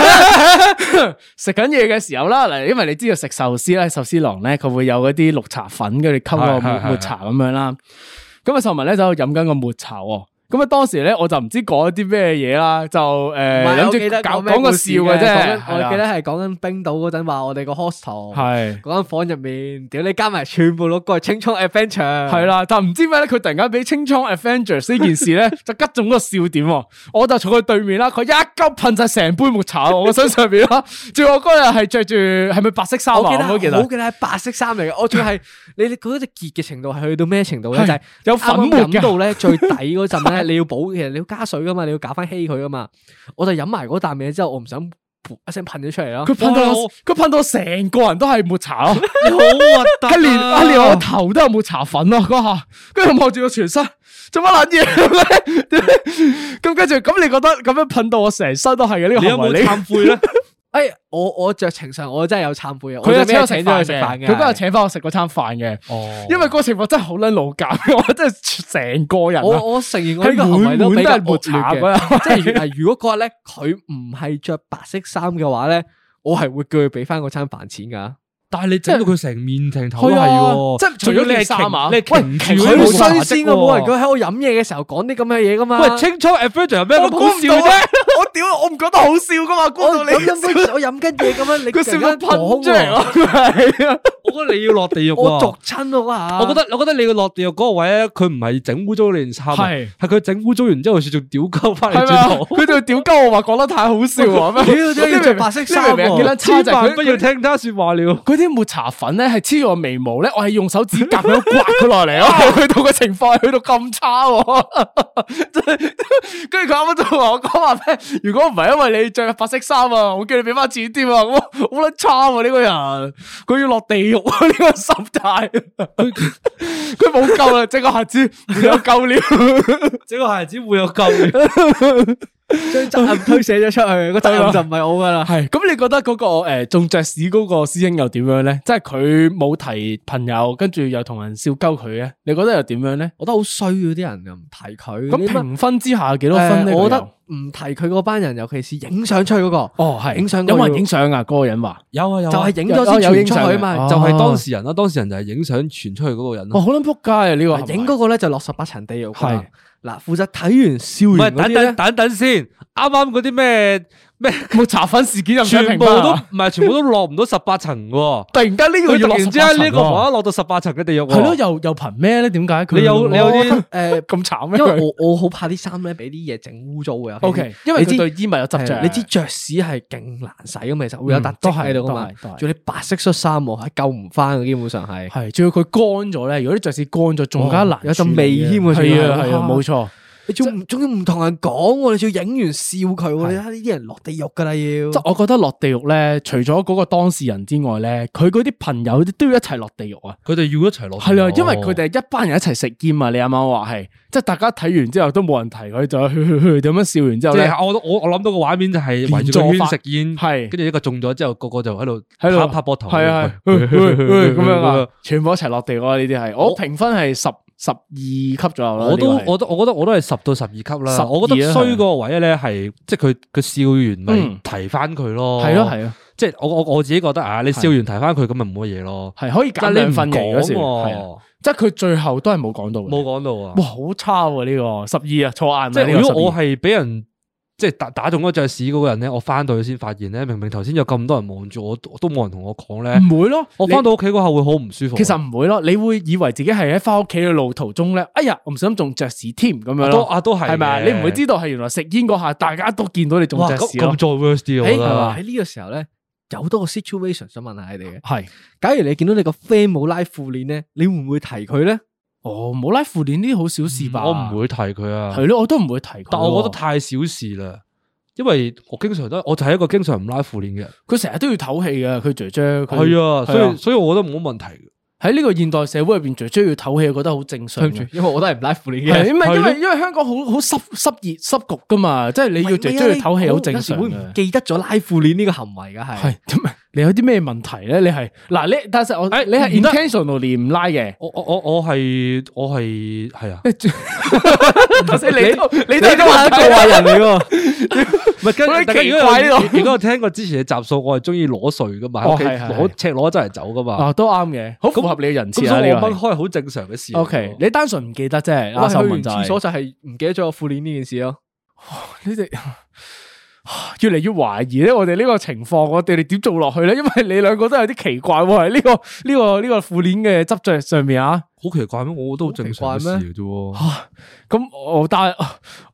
Speaker 4: 喺食緊嘢嘅時候啦，嗱，因為你知道食壽司咧，壽司郎咧佢會有嗰啲綠茶粉，跟住溝個
Speaker 2: 係係係
Speaker 4: 抹抹茶咁樣啦。咁啊，秀文咧就喺度飲緊個抹茶喎。咁啊，當時咧我就唔知講咗啲咩嘢啦，就
Speaker 3: 唔
Speaker 4: 誒
Speaker 3: 係我記
Speaker 4: 諗
Speaker 3: 得
Speaker 4: 住搞
Speaker 3: 講咩
Speaker 4: 講個
Speaker 3: 故
Speaker 4: 笑
Speaker 3: 事
Speaker 4: 嘅啫，
Speaker 3: 講緊我記得係講緊冰島嗰陣話我哋個 hostel
Speaker 4: 係。
Speaker 3: 嗰間房入面，屌你加埋全部六個係青葱 adventure，
Speaker 4: 系，啦，但唔知咩咧，佢突然間俾清倉 Avengers 呢件事 咧，就吉中嗰個笑點喎。我就坐佢對面啦，佢一鳩噴晒成杯抹茶我個身上邊啦。仲有我嗰日係着住係咪白色衫啊？
Speaker 3: 我記
Speaker 4: 我都記
Speaker 3: 得
Speaker 4: 得
Speaker 3: 好記得係白色衫嚟嘅，我仲係你你嗰只結嘅程度係去到咩程度咧？
Speaker 4: 係
Speaker 3: 就係
Speaker 4: 有粉
Speaker 3: 啱
Speaker 4: 末
Speaker 3: 啱飲
Speaker 4: 嘅，
Speaker 3: 到啊咧最底嗰陣咧，你要補，其實你要加水噶嘛，你要搞翻稀佢噶嘛。我就飲埋嗰啖嘢之後，我唔想噗一聲噴咗出嚟咯。
Speaker 4: 佢噴到
Speaker 2: 哇
Speaker 3: 哦
Speaker 4: 我佢噴到我成個人都係抹茶 咯，
Speaker 2: 你好核
Speaker 4: 係連啊連我頭都有抹茶粉咯嗰下，跟住我望住我全身做乜撚嘢 咧？咁跟住咁你覺得咁樣噴到我成身都係嘅呢個
Speaker 2: 你有
Speaker 4: 行
Speaker 2: 冇
Speaker 4: 為？
Speaker 2: 懺悔咧？
Speaker 3: 哎，我我酌情上我真係有懺悔嘅，
Speaker 4: 佢
Speaker 3: 有
Speaker 4: 又請我食
Speaker 3: 請咗
Speaker 4: 飯
Speaker 3: 佢食飯
Speaker 4: 嘅，
Speaker 3: 嘅，
Speaker 4: 佢嗰日請翻我食嗰餐飯嘅。
Speaker 2: 哦
Speaker 4: 因為個情況真係好撚老尷，我真係成個人啊
Speaker 3: 我我承認我呢個行為都
Speaker 4: 佢
Speaker 3: 比
Speaker 4: 滿滿都係抹
Speaker 3: 較惡
Speaker 4: 茶
Speaker 3: 劣
Speaker 4: 嗰
Speaker 3: 嘅，即
Speaker 4: 日
Speaker 3: 係原來如果嗰日咧佢唔係着白色衫嘅話咧，我係會叫佢俾翻嗰餐飯錢噶。
Speaker 2: 但係你整到佢成面成頭都
Speaker 4: 係
Speaker 2: 係
Speaker 4: 啊
Speaker 2: 喎，
Speaker 4: 即係除
Speaker 2: 仲要
Speaker 4: 咗
Speaker 2: 你係
Speaker 4: 件衫啊
Speaker 2: 擎你係擎住嗰啲
Speaker 4: 喂佢好
Speaker 2: 毛
Speaker 4: 衰
Speaker 2: 髮
Speaker 3: 先
Speaker 2: 㗎
Speaker 3: 啊噶，冇
Speaker 2: 喎
Speaker 3: 人佢喺我飲嘢嘅時候講啲咁嘅嘢噶嘛。
Speaker 2: 喂，清楚 Avenger 有咩
Speaker 4: 我
Speaker 2: 咁
Speaker 4: 估
Speaker 2: 好
Speaker 4: 唔到
Speaker 2: 笑啫？
Speaker 3: 我屌，我唔覺得好笑噶嘛，估
Speaker 5: 我
Speaker 3: 到你
Speaker 5: 我飲杯，我飲緊嘢咁樣，你
Speaker 3: 佢笑
Speaker 5: 突然
Speaker 3: 到
Speaker 5: 間
Speaker 3: 噴出嚟
Speaker 5: 講喎
Speaker 3: 咯，係啊，
Speaker 2: 我覺得你要落地獄
Speaker 3: 我
Speaker 2: 喎
Speaker 3: 逐。親我啊，
Speaker 2: 我覺得我覺得你個落地獄嗰個位咧，佢唔係整污糟你件衫啊，
Speaker 4: 係
Speaker 2: 係佢整污糟完之後，仲屌鳩翻你
Speaker 4: 係咪
Speaker 2: 轉
Speaker 4: 啊？
Speaker 2: 頭。
Speaker 4: 佢就屌鳩我話講得太好笑啊！咩
Speaker 3: 屌點解要着白色衫
Speaker 4: 你明唔明
Speaker 3: 喎
Speaker 4: 幾撚差
Speaker 2: 啊千
Speaker 4: 就係
Speaker 2: 萬
Speaker 4: 佢
Speaker 2: 不要聽他說話了。
Speaker 4: 佢啲抹茶粉咧係黐住我眉毛咧，我係用手指甲咁樣刮佢落嚟咯，去到個情況係去到咁差喎， 真係跟住佢啱啱就話我講話咩？如果唔係因為你着白色衫啊，我叫你俾翻錢添啊！我好撚差喎呢個人，佢要落地獄啊！呢個心態， 佢冇救啦，整個孩子沒有救了。
Speaker 2: 整個孩子會有救嘅，
Speaker 3: 將責任推卸咗出去，個責任就唔係我噶啦。
Speaker 4: 係咁，你覺得嗰個诶中爵士嗰個師兄又點樣咧？即係佢冇提朋友，跟住又同人笑鳩佢咧，你覺得又點樣咧？
Speaker 3: 我覺得好衰嗰啲人又唔提佢，
Speaker 4: 咁
Speaker 3: 你乜
Speaker 4: 評分之下幾多分
Speaker 3: 誒
Speaker 4: 咧？
Speaker 3: 我覺
Speaker 4: 覺
Speaker 3: 得唔提佢嗰班人，尤其是影相出去嗰個，
Speaker 4: 哦係
Speaker 3: 影相嗰
Speaker 4: 有
Speaker 3: 個
Speaker 4: 冇
Speaker 3: 要
Speaker 4: 人影相啊？嗰個人話
Speaker 2: 有啊有
Speaker 3: 就
Speaker 2: 啊，
Speaker 3: 係影咗
Speaker 4: 有有
Speaker 3: 先
Speaker 4: 影
Speaker 3: 傳出
Speaker 4: 相
Speaker 3: 去
Speaker 4: 嘅
Speaker 3: 啊嘛，
Speaker 2: 就
Speaker 3: 就
Speaker 2: 係
Speaker 4: 哦
Speaker 2: 當事人啦，當事人就係影相傳出去嗰個人
Speaker 4: 哦
Speaker 2: 咯。
Speaker 4: 好撚仆街啊！呢個係咪
Speaker 3: 影嗰個咧就落十八層地獄㗎啦。
Speaker 4: 係
Speaker 3: 嗱，負責睇完笑
Speaker 2: 唔係
Speaker 3: 完嗰
Speaker 2: 等
Speaker 3: 啲
Speaker 2: 等
Speaker 3: 咧，
Speaker 2: 等等先，啱啱嗰啲咩咩，
Speaker 4: 抹茶粉事件又唔使
Speaker 2: 全
Speaker 4: 評
Speaker 2: 部
Speaker 4: 分
Speaker 2: 都
Speaker 4: 啊
Speaker 2: 唔係全部都落唔到十八層喎。
Speaker 4: 突然間呢個
Speaker 2: 佢
Speaker 4: 要
Speaker 2: 突
Speaker 4: 落啊哦
Speaker 2: 然
Speaker 4: 十
Speaker 2: 之
Speaker 4: 八
Speaker 2: 間
Speaker 4: 層
Speaker 2: 呢個房
Speaker 4: 喎
Speaker 2: 一落到十八層嘅地獄喎。
Speaker 4: 係咯，又又憑咩咧？點解佢
Speaker 2: 你有你有
Speaker 4: 我
Speaker 2: 啲
Speaker 3: 誒，
Speaker 4: 咁慘咩？
Speaker 3: 因
Speaker 4: 佢
Speaker 3: 為我我好怕啲衫咧俾啲嘢整污糟嘅。尤其
Speaker 4: OK，因為
Speaker 3: 你知
Speaker 4: 佢對衣物有執
Speaker 3: 係
Speaker 4: 着，
Speaker 3: 你知爵士係勁難洗咁，其實會有
Speaker 4: 嗯
Speaker 3: 突
Speaker 4: 都
Speaker 3: 跡
Speaker 4: 係
Speaker 3: 喺度噶嘛
Speaker 4: 都係都係。
Speaker 3: 仲有你白色恤衫喎，係救唔翻嘅，基本上係。
Speaker 4: 係，仲要佢乾咗咧。如果啲爵士乾咗，仲加
Speaker 3: 哦
Speaker 4: 難處理啊。
Speaker 3: 有陣味添喎仲
Speaker 4: 係
Speaker 3: 要
Speaker 4: 啊係啊，冇錯。
Speaker 3: 你仲唔仲要唔同人講喎？你仲要影完笑佢喎？你睇呢啲人落地獄㗎啦要
Speaker 4: 即。係我覺得落地獄咧，除咗嗰個當事人之外咧，佢嗰啲朋友都要一齊落地獄啊！
Speaker 2: 佢哋要一齊落。
Speaker 4: 係啊，因為佢哋係一班人一齊食煙啊！你啱啱話係，即係大家睇完之後都冇人提佢， 就噓噓噓咁樣笑完之後
Speaker 2: 即
Speaker 4: 咧，
Speaker 2: 係我我我諗到個畫面就係圍住個
Speaker 4: 連坐
Speaker 2: 圈
Speaker 4: 法
Speaker 2: 食煙，
Speaker 4: 係
Speaker 2: 跟住一個中咗之後，個個就喺度
Speaker 4: 喺度
Speaker 2: 拍拍膊頭。
Speaker 4: 係啊係噓噓噓咁 樣啊，全部一齊落地獄啊！呢啲係我評分係十十二級左右啦。
Speaker 2: 我都
Speaker 4: 哦呢個係
Speaker 2: 我都我覺得我都係十到十二級啦。
Speaker 4: 12
Speaker 2: 我覺得
Speaker 4: 啊
Speaker 2: 衰嗰個位咧係即係佢佢笑完咪
Speaker 4: 嗯
Speaker 2: 提翻佢咯。
Speaker 4: 係咯係咯，
Speaker 2: 即係我我我自己覺得啊，你笑完提翻佢咁咪冇乜嘢咯。
Speaker 4: 係可以減
Speaker 2: 但係你
Speaker 4: 兩
Speaker 2: 唔
Speaker 4: 分嘅嗰時，係啊
Speaker 2: 講喎，
Speaker 4: 即係佢最後都係冇講到嘅。
Speaker 2: 冇講到啊
Speaker 4: 哇，。好差喎呢個十二啊，錯眼
Speaker 2: 即係
Speaker 4: 係
Speaker 2: 如果我係俾人即係打打中嗰隻屎嗰個人咧，我翻到去先發現咧，明明頭先有咁多人望住我，都都冇人同我講咧，
Speaker 4: 唔會咯，
Speaker 2: 我
Speaker 4: 你
Speaker 2: 翻到屋企嗰下會好唔舒服。啊
Speaker 4: 嗯其實唔會咯，你會以為自己係喺翻屋企嘅路途中咧，哎呀，我唔小心中爵士添咁樣
Speaker 2: 都
Speaker 4: 咯，
Speaker 2: 啊都係嘅
Speaker 4: 係咪啊？你唔會知道係原來食煙嗰下，大家都見到你中
Speaker 2: 哇
Speaker 4: 爵
Speaker 2: 咁
Speaker 4: 士咯
Speaker 2: 咁，再 worse 啲，我覺
Speaker 3: 誒
Speaker 2: 得
Speaker 3: 哎喺呢個時候咧，有多個 situation 想問下你哋嘅。
Speaker 4: 係
Speaker 3: 假如你見到你個 friend 冇拉褲鏈咧，你會唔會提佢咧？
Speaker 4: 哦，冇拉褲鏈呢啲好小事吧？
Speaker 2: 嗯我唔會提佢啊
Speaker 4: 係。咯，我都唔會提佢喎。
Speaker 2: 但我覺得太小事啦，因為我經常都我就係一個經常唔拉褲鏈嘅人，
Speaker 4: 佢成日都要唞氣嘅，佢姐姐佢
Speaker 2: 係啊，所
Speaker 4: 係
Speaker 2: 以所以我覺得冇乜問題嘅。
Speaker 4: 喺呢個現代社會入邊，姐姐要唞氣，我覺得好正常嘅。
Speaker 3: 因為我都嗯係唔拉褲鏈
Speaker 4: 係因為因
Speaker 2: 係
Speaker 4: 為因為香港好好濕濕熱濕局噶嘛，即係你
Speaker 3: 你
Speaker 4: 要姐姐要唞氣好正常
Speaker 3: 會唔
Speaker 4: 嘅。
Speaker 3: 記得咗拉褲鏈呢個行為㗎係
Speaker 4: 係，咁咪你有啲咩問題咧？你係嗱你，但係我
Speaker 2: 哎
Speaker 4: 你係
Speaker 2: 唔得
Speaker 4: intentionally 唔拉 嘅。
Speaker 2: 我我我我係我係係 啊，
Speaker 4: 你都你
Speaker 3: 你都係一個壞人嚟喎，
Speaker 2: 唔係跟
Speaker 4: 好鬼
Speaker 2: 大家如
Speaker 4: 奇怪呢
Speaker 2: 果
Speaker 4: 個
Speaker 2: 有如果有聽過之前嘅集數，我係中意裸睡噶嘛，喺
Speaker 4: 哦
Speaker 2: 屋企
Speaker 4: 係係
Speaker 2: 攞赤裸真係哦走噶嘛，
Speaker 4: 啊都啱嘅，好符合你嘅人
Speaker 2: 咁
Speaker 4: 設
Speaker 2: 所
Speaker 4: 啊
Speaker 2: 以我
Speaker 4: 呢
Speaker 2: 掹
Speaker 4: 個。
Speaker 2: 開好正常嘅事嚟㗎。
Speaker 4: O K，你單純唔記得啫，阿
Speaker 3: 我
Speaker 4: 秀
Speaker 3: 係去
Speaker 4: 文
Speaker 3: 完
Speaker 4: 就
Speaker 3: 廁
Speaker 4: 係
Speaker 3: 所就係唔記得咗個褲鏈呢件事咯。
Speaker 4: 你哋啊越嚟越懷疑咧，我哋呢個情況，我哋哋點做落去咧？因為你兩個都有啲奇怪喎，喺呢個呢個呢個褲鏈嘅執着上面啊。
Speaker 2: 好奇怪咩？我都好正常嘅事
Speaker 3: 好奇
Speaker 2: 嚟啫喎。
Speaker 4: 咁我但係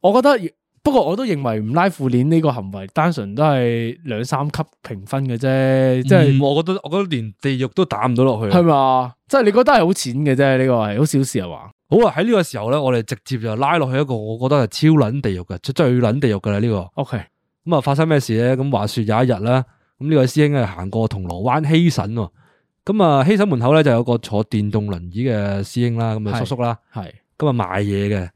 Speaker 4: 我覺得，不過我都認為唔拉褲鏈呢個行為，單純都係兩三級評分嘅啫，即係
Speaker 2: 嗯我覺得我覺得連地獄都打唔到落去。啊
Speaker 4: 係嘛？即係你覺得係好淺嘅啫，呢個係好小事係嘛？
Speaker 2: 好啊，喺呢個時候咧，我哋直接就拉落去一個我覺得係超撚地獄嘅，最最撚地獄嘅啦呢個。
Speaker 4: O K，
Speaker 2: 咁啊，發生咩事咧？咁話說有一日啦，咁呢位師兄係行過銅鑼灣希慎喎，咁啊希慎門口咧就有個坐電動輪椅嘅師兄啦，咁啊
Speaker 4: 係
Speaker 2: 叔叔啦，
Speaker 4: 係
Speaker 2: 咁啊賣嘢嘅，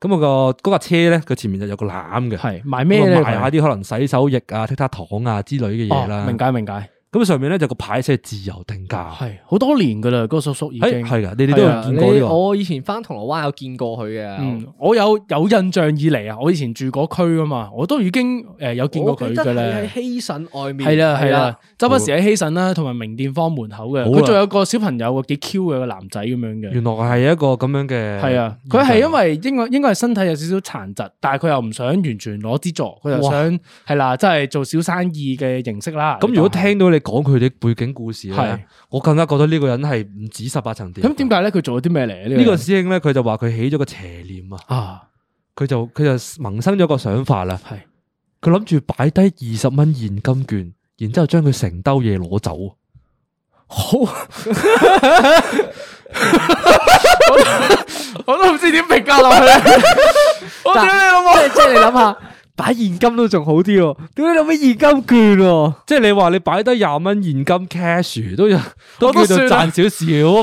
Speaker 2: 咁啊個嗰架車咧，佢前面就有個籃嘅，
Speaker 4: 係賣咩咧？
Speaker 2: 咁啊賣下啲可能洗手液啊、剔嗒糖啊之類嘅嘢
Speaker 4: 哦
Speaker 2: 啦。
Speaker 4: 明解明解，
Speaker 2: 咁咁上面咧就個牌寫自由定價，
Speaker 4: 系好多年噶啦，嗰個叔叔已
Speaker 2: 誒
Speaker 4: 經
Speaker 2: 係噶，你哋都有
Speaker 3: 係啊
Speaker 2: 見過呢
Speaker 3: 你
Speaker 2: 個。
Speaker 3: 我以前翻銅鑼灣有見過佢嘅。
Speaker 4: 嗯，我有有印象以嚟啊，我以前住嗰區噶嘛，我都已經诶、呃有見過佢
Speaker 3: 我記
Speaker 4: 噶
Speaker 3: 得
Speaker 4: 啦。
Speaker 3: 哦係喺希慎外面。
Speaker 4: 係啦係
Speaker 3: 係啊
Speaker 4: 啦，，周不時喺希慎啦，同埋名店坊門口嘅。
Speaker 2: 好啦
Speaker 4: 佢仲有個小朋友，幾 Q 嘅個男仔咁樣嘅。
Speaker 2: 原來係一個咁樣嘅，
Speaker 4: 係啊，佢係因為應該應該係身體有少少殘疾，但係佢又唔想完全攞資助，佢就
Speaker 2: 哇
Speaker 4: 想係啦，即係做小生意嘅形式啦。
Speaker 2: 咁如果聽到你講佢哋背景故事
Speaker 4: 係啊
Speaker 2: 咧，我更加覺得呢個人係唔止十八層地獄。啊
Speaker 4: 咁點解咧？佢做咗啲咩嚟啊呢
Speaker 2: 呢個師兄咧，佢就話佢起咗個邪念啊，
Speaker 4: 啊，
Speaker 2: 佢就佢就萌生咗個想法啦。
Speaker 4: 係
Speaker 2: 佢諗住擺低二十蚊現金券，然之后将佢成兜嘢攞走。
Speaker 4: 好，我都唔知點評價落去。我屌你老母！
Speaker 3: 哦即係啊即係你諗下，擺現金都仲好啲喎，屌你諗咩現金券喎？
Speaker 2: 即係你話你擺低廿蚊現金 cash 都有都
Speaker 4: 我都
Speaker 2: 叫做
Speaker 4: 算啦
Speaker 2: 賺少少啊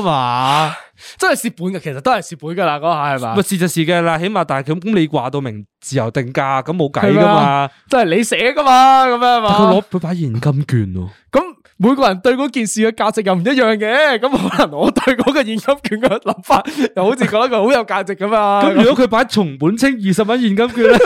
Speaker 2: 嘛。
Speaker 4: 真係蝕本嘅，其實都係蝕本噶啦，嗰下係嘛
Speaker 2: 咪？是就事嘅啦，起碼但係咁咁你話到明自由定價，咁冇計
Speaker 4: 係
Speaker 2: 噶
Speaker 4: 咪
Speaker 2: 嘛
Speaker 4: 啊。真係你寫噶嘛，咁樣係
Speaker 2: 但佢
Speaker 4: 嘛
Speaker 2: 攞？佢擺現金券喎。
Speaker 4: 咁每個人對嗰件事嘅價值又唔一樣嘅，咁可能我對嗰個現金券嘅諗法，又好似覺得佢好有價值咁啊。
Speaker 2: 咁如果佢擺松本清二十蚊現金券 咧，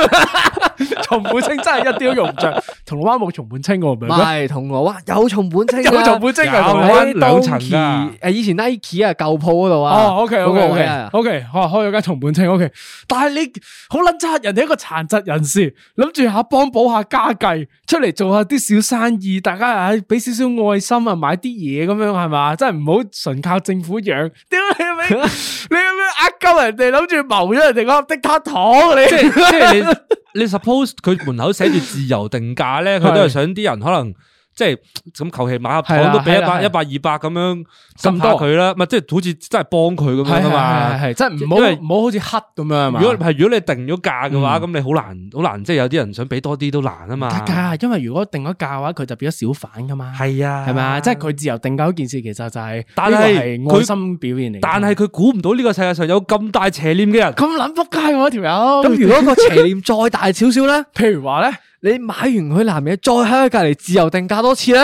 Speaker 4: 松本清真係一啲都用唔着， 銅鑼灣冇松本清我唔
Speaker 3: 唔
Speaker 4: 明 咩？
Speaker 3: 係銅鑼灣有松本清㗎，
Speaker 4: 有松本清
Speaker 2: 有
Speaker 4: 啊，銅鑼
Speaker 2: 有
Speaker 4: 灣。
Speaker 2: 灣兩層㗎
Speaker 3: 誒，以前 Nike 啊舊鋪嗰度啊。
Speaker 4: 哦，OK
Speaker 3: 嗰
Speaker 4: OK
Speaker 3: 個
Speaker 4: OK
Speaker 3: 啊
Speaker 4: OK，我開咗間松本清 OK，但係你好撚差，人哋一個殘疾人士，諗住下幫補下家計，出嚟做下啲小生意，大家啊俾少少愛心啊，買啲嘢咁樣係嘛，真係唔好純靠政府養，屌你咪你咁樣 呃鳩人哋，諗住謀咗人哋嗰粒的卡糖
Speaker 2: 即
Speaker 4: 你。
Speaker 2: 係 即係你你 suppose 佢門口寫住自由定價咧，佢都係
Speaker 4: 係
Speaker 2: 想啲人可能即係咁求其買盒
Speaker 4: 係
Speaker 2: 糖
Speaker 4: 啦
Speaker 2: 都俾一
Speaker 4: 係啦
Speaker 2: 百
Speaker 4: 係
Speaker 2: 一百二百咁樣
Speaker 4: 咁
Speaker 2: 咁
Speaker 4: 多
Speaker 2: 多佢啦，咪即係好似真係幫佢咁樣噶啊嘛。
Speaker 4: 係係，真係唔
Speaker 2: 因
Speaker 4: 好
Speaker 2: 為
Speaker 4: 唔好好似黑咁樣係嘛。
Speaker 2: 如果係如果你定咗價嘅話，咁你好難好難，即係有啲人想俾多啲都難啊嘛。
Speaker 4: 得㗎，因為如果定咗價嘅話，佢就變咗小販㗎嘛。
Speaker 2: 係啊，
Speaker 4: 系咪啊？即系佢自由定價嗰件事，其實就係
Speaker 2: 但係
Speaker 4: 呢個係
Speaker 2: 佢
Speaker 4: 愛心表現嚟。
Speaker 2: 但係佢估唔到呢個世界上有咁大邪念嘅人。
Speaker 4: 咁撚仆街喎條友。
Speaker 3: 咁如果個邪念再大少少咧，
Speaker 4: 譬如話咧，
Speaker 3: 你買完佢男嘢，再喺佢隔離自由定價多次咧，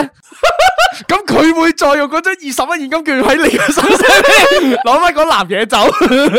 Speaker 4: 咁佢會再用嗰張二十蚊現金券喺你嘅手上邊攞翻嗰男嘢走，咁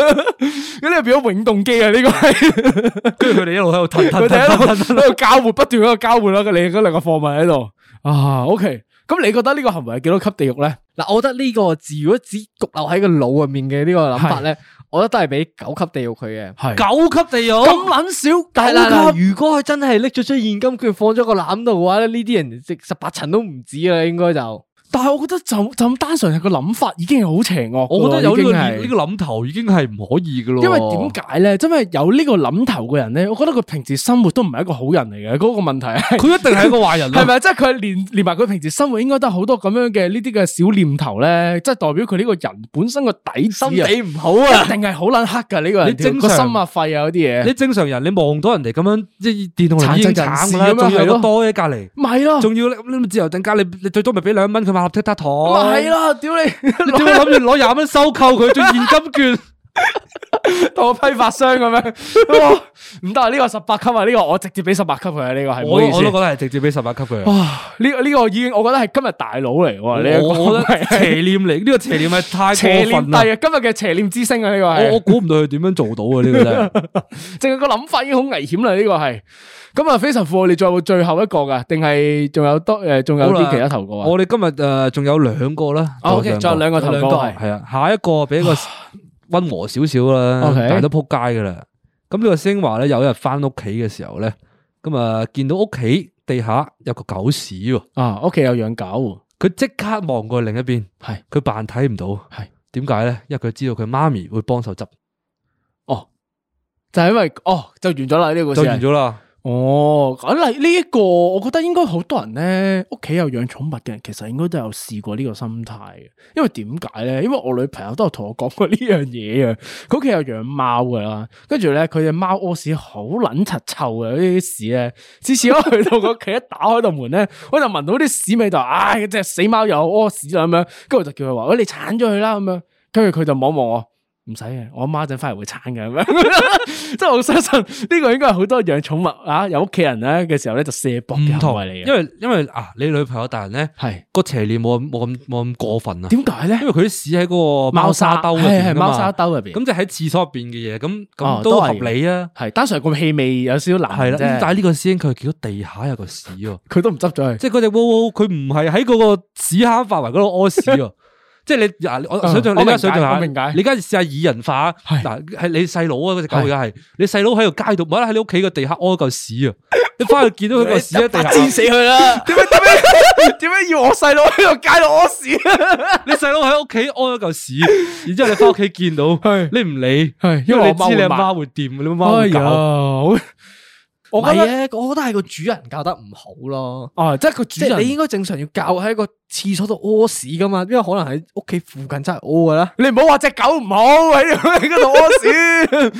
Speaker 4: 你變咗永動機啊！呢個係
Speaker 2: 跟住佢哋一路喺度吞吞
Speaker 4: 佢哋喺
Speaker 2: 吞
Speaker 4: 度
Speaker 2: 吞吞，
Speaker 4: 喺度交換，不斷喺度交換啦。你嗰兩個貨物喺度啊，OK。咁你覺得呢個行為係幾多級地獄咧？
Speaker 3: 嗱，我覺得呢個字如果只局留喺個腦入面嘅呢個諗法咧，我覺得都係俾九級地獄佢嘅。
Speaker 4: 係
Speaker 2: 九級地獄
Speaker 3: 咁撚少，哦但係
Speaker 4: 九
Speaker 3: 嗱
Speaker 4: 級
Speaker 3: 嗱，如果佢真係拎咗張現金券放咗個籃度嘅話咧，呢啲人值十八層都唔止啦，應該就
Speaker 4: 但係我覺得就就咁單純係個諗法已經係好邪惡㗎喎。
Speaker 2: 我覺得有呢個
Speaker 4: 哦已經係
Speaker 2: 念呢個諗頭已經係唔可以嘅咯。
Speaker 4: 因為點解咧？因為有呢個諗頭嘅人咧，我覺得佢平時生活都唔係一個好人嚟嘅。嗰、個問題係
Speaker 2: 佢一定係一個壞人咯
Speaker 4: 係咪？即係佢連連埋佢平時生活應該都係好多咁樣嘅呢啲嘅小念頭咧，即係代表佢呢個人本身個底子啊，
Speaker 3: 唔好啊！
Speaker 4: 一定係好撚黑㗎呢個人
Speaker 2: 你正常
Speaker 4: 條個心啊、肺啊嗰啲 嘢，
Speaker 2: 你正常人，你望到人哋咁樣，即係電動輪已經慘㗎
Speaker 4: 殘疾人士咁
Speaker 2: 啦，
Speaker 4: 樣
Speaker 2: 仲要有
Speaker 4: 係咯啊
Speaker 2: 個多喺隔離，
Speaker 4: 咪咯，
Speaker 2: 仲要你你自由定價，你你最多咪俾兩蚊佢買盒 t i t 糖，
Speaker 4: 咪係咯，屌 你
Speaker 2: 你仲要諗住攞廿蚊收購佢張現金券，
Speaker 4: 當我批發商咁 樣，哇！唔得啊！呢個十八級啊，呢個我直接俾十八級佢啊，呢個 係唔
Speaker 2: 我
Speaker 4: 好意
Speaker 2: 我都覺
Speaker 4: 思。
Speaker 2: 得係直接俾十八級佢。
Speaker 4: 哇！呢個呢個已經我覺得係今日大佬嚟喎，呢一個
Speaker 2: 我覺得
Speaker 4: 係
Speaker 2: 邪念嚟，呢個邪念係
Speaker 4: 邪
Speaker 2: 太過
Speaker 4: 念
Speaker 2: 分
Speaker 4: 帝
Speaker 2: 啦！
Speaker 4: 啊！今日嘅邪念之星啊，呢個
Speaker 2: 我我
Speaker 4: 係，
Speaker 2: 估唔到佢點樣做到啊！呢個真係。
Speaker 4: 淨係個諗法已經好危險啦，呢個係。咁啊，非常富，你再有最後一個噶，定係仲有多诶，仲有
Speaker 2: 好啦
Speaker 4: 啲其他投稿啊？
Speaker 2: 我哋哦今日诶仲有兩個啦。
Speaker 4: 哦，OK，仲有兩個投稿係
Speaker 2: 系啊，下一個俾一個温和少少啦
Speaker 4: OK
Speaker 2: 但係都扑街噶啦。咁呢個星華咧，有一日翻屋企嘅時候咧，咁啊見到屋企地下有個狗屎喎，
Speaker 4: 啊，屋企有養狗，
Speaker 2: 佢即刻望過去另一邊，
Speaker 4: 係
Speaker 2: 佢扮睇唔到，
Speaker 4: 係
Speaker 2: 點解咧？因為佢知道佢媽咪會幫手執，
Speaker 4: 就係因為哦，就完咗啦呢個故事
Speaker 2: 就
Speaker 4: 係。
Speaker 2: 完咗啦。
Speaker 4: 哦，咁嚟呢一個，我覺得應該好多人咧，屋企有養寵物嘅人，其實應該都有試過呢個心態嘅。因為點解咧？因為我女朋友都有同我講過呢樣嘢啊。佢屋企有養貓噶啦，跟住咧佢只貓屙屎好撚柒臭嘅，呢啲屎咧，次次我去到我屋企一打開道門咧，我就聞到啲屎味就，唉，只死貓又屙屎啦咁樣，跟住我就叫佢話：喂，你鏟咗佢啦咁樣。跟住佢就望望我，唔使嘅，我阿媽一陣翻嚟會撐嘅咁樣， 即係我相信呢個應該係好多養寵物啊有屋企人咧嘅時候咧就卸膊嘅
Speaker 2: 唔
Speaker 4: 行
Speaker 2: 同
Speaker 4: 為嚟嘅，
Speaker 2: 因為因為啊，你女朋友大人咧
Speaker 4: 係
Speaker 2: 個邪念冇咁冇咁冇咁過分啊，
Speaker 4: 點解咧
Speaker 2: 因？為佢啲屎喺嗰個貓砂兜入
Speaker 4: 係
Speaker 2: 邊
Speaker 4: 係
Speaker 2: 啊
Speaker 4: 貓砂
Speaker 2: 嘛，
Speaker 4: 兜入邊，
Speaker 2: 咁即係喺廁所入邊嘅嘢，咁
Speaker 4: 哦
Speaker 2: 咁都
Speaker 4: 都
Speaker 2: 合
Speaker 4: 係
Speaker 2: 理啊。
Speaker 4: 係單純係個氣味有少少難
Speaker 2: 係啦，咁
Speaker 4: 啫，
Speaker 2: 但係呢個師兄佢係見到地下有個屎 喎，
Speaker 4: 佢都唔執咗佢。
Speaker 2: 即係嗰只喔喔，佢唔係喺嗰個屎坑範圍嗰度屙屎 喎。即係你嗱，我想象你
Speaker 4: 嗯我
Speaker 2: 而家
Speaker 4: 明
Speaker 2: 想象
Speaker 4: 解
Speaker 2: 下，
Speaker 4: 我明解
Speaker 2: 你而家試下擬人化，
Speaker 4: 係
Speaker 2: 嗱係你細佬啊嗰只狗而家係，你細佬喺條街度，冇啦喺你屋企個地下屙嚿 屎啊，你翻去見到佢個屎喺地下，
Speaker 5: 煎死佢啦！
Speaker 4: 点解 要我细佬喺度街度屙屎？啊
Speaker 2: 你細佬喺屋企屙咗嚿屎，然之後你翻屋企見到，
Speaker 4: 係
Speaker 2: 你唔理，
Speaker 4: 係
Speaker 2: 因
Speaker 4: 因
Speaker 2: 為
Speaker 4: 為
Speaker 2: 你知你阿
Speaker 4: 我媽
Speaker 2: 媽會掂，你阿媽
Speaker 4: 哎
Speaker 2: 會
Speaker 4: 呀，
Speaker 2: 搞，
Speaker 4: 好
Speaker 3: 我
Speaker 4: 覺得
Speaker 3: 覺得我覺得係個主人教得唔好咯。
Speaker 4: 哦，即係個主
Speaker 3: 即係你應
Speaker 4: 人，
Speaker 3: 該正常要教喺個廁所度屙屎噶嘛，因為可能喺屋企附近真係屙噶啦。
Speaker 4: 你唔好話只狗唔好喺喺嗰度屙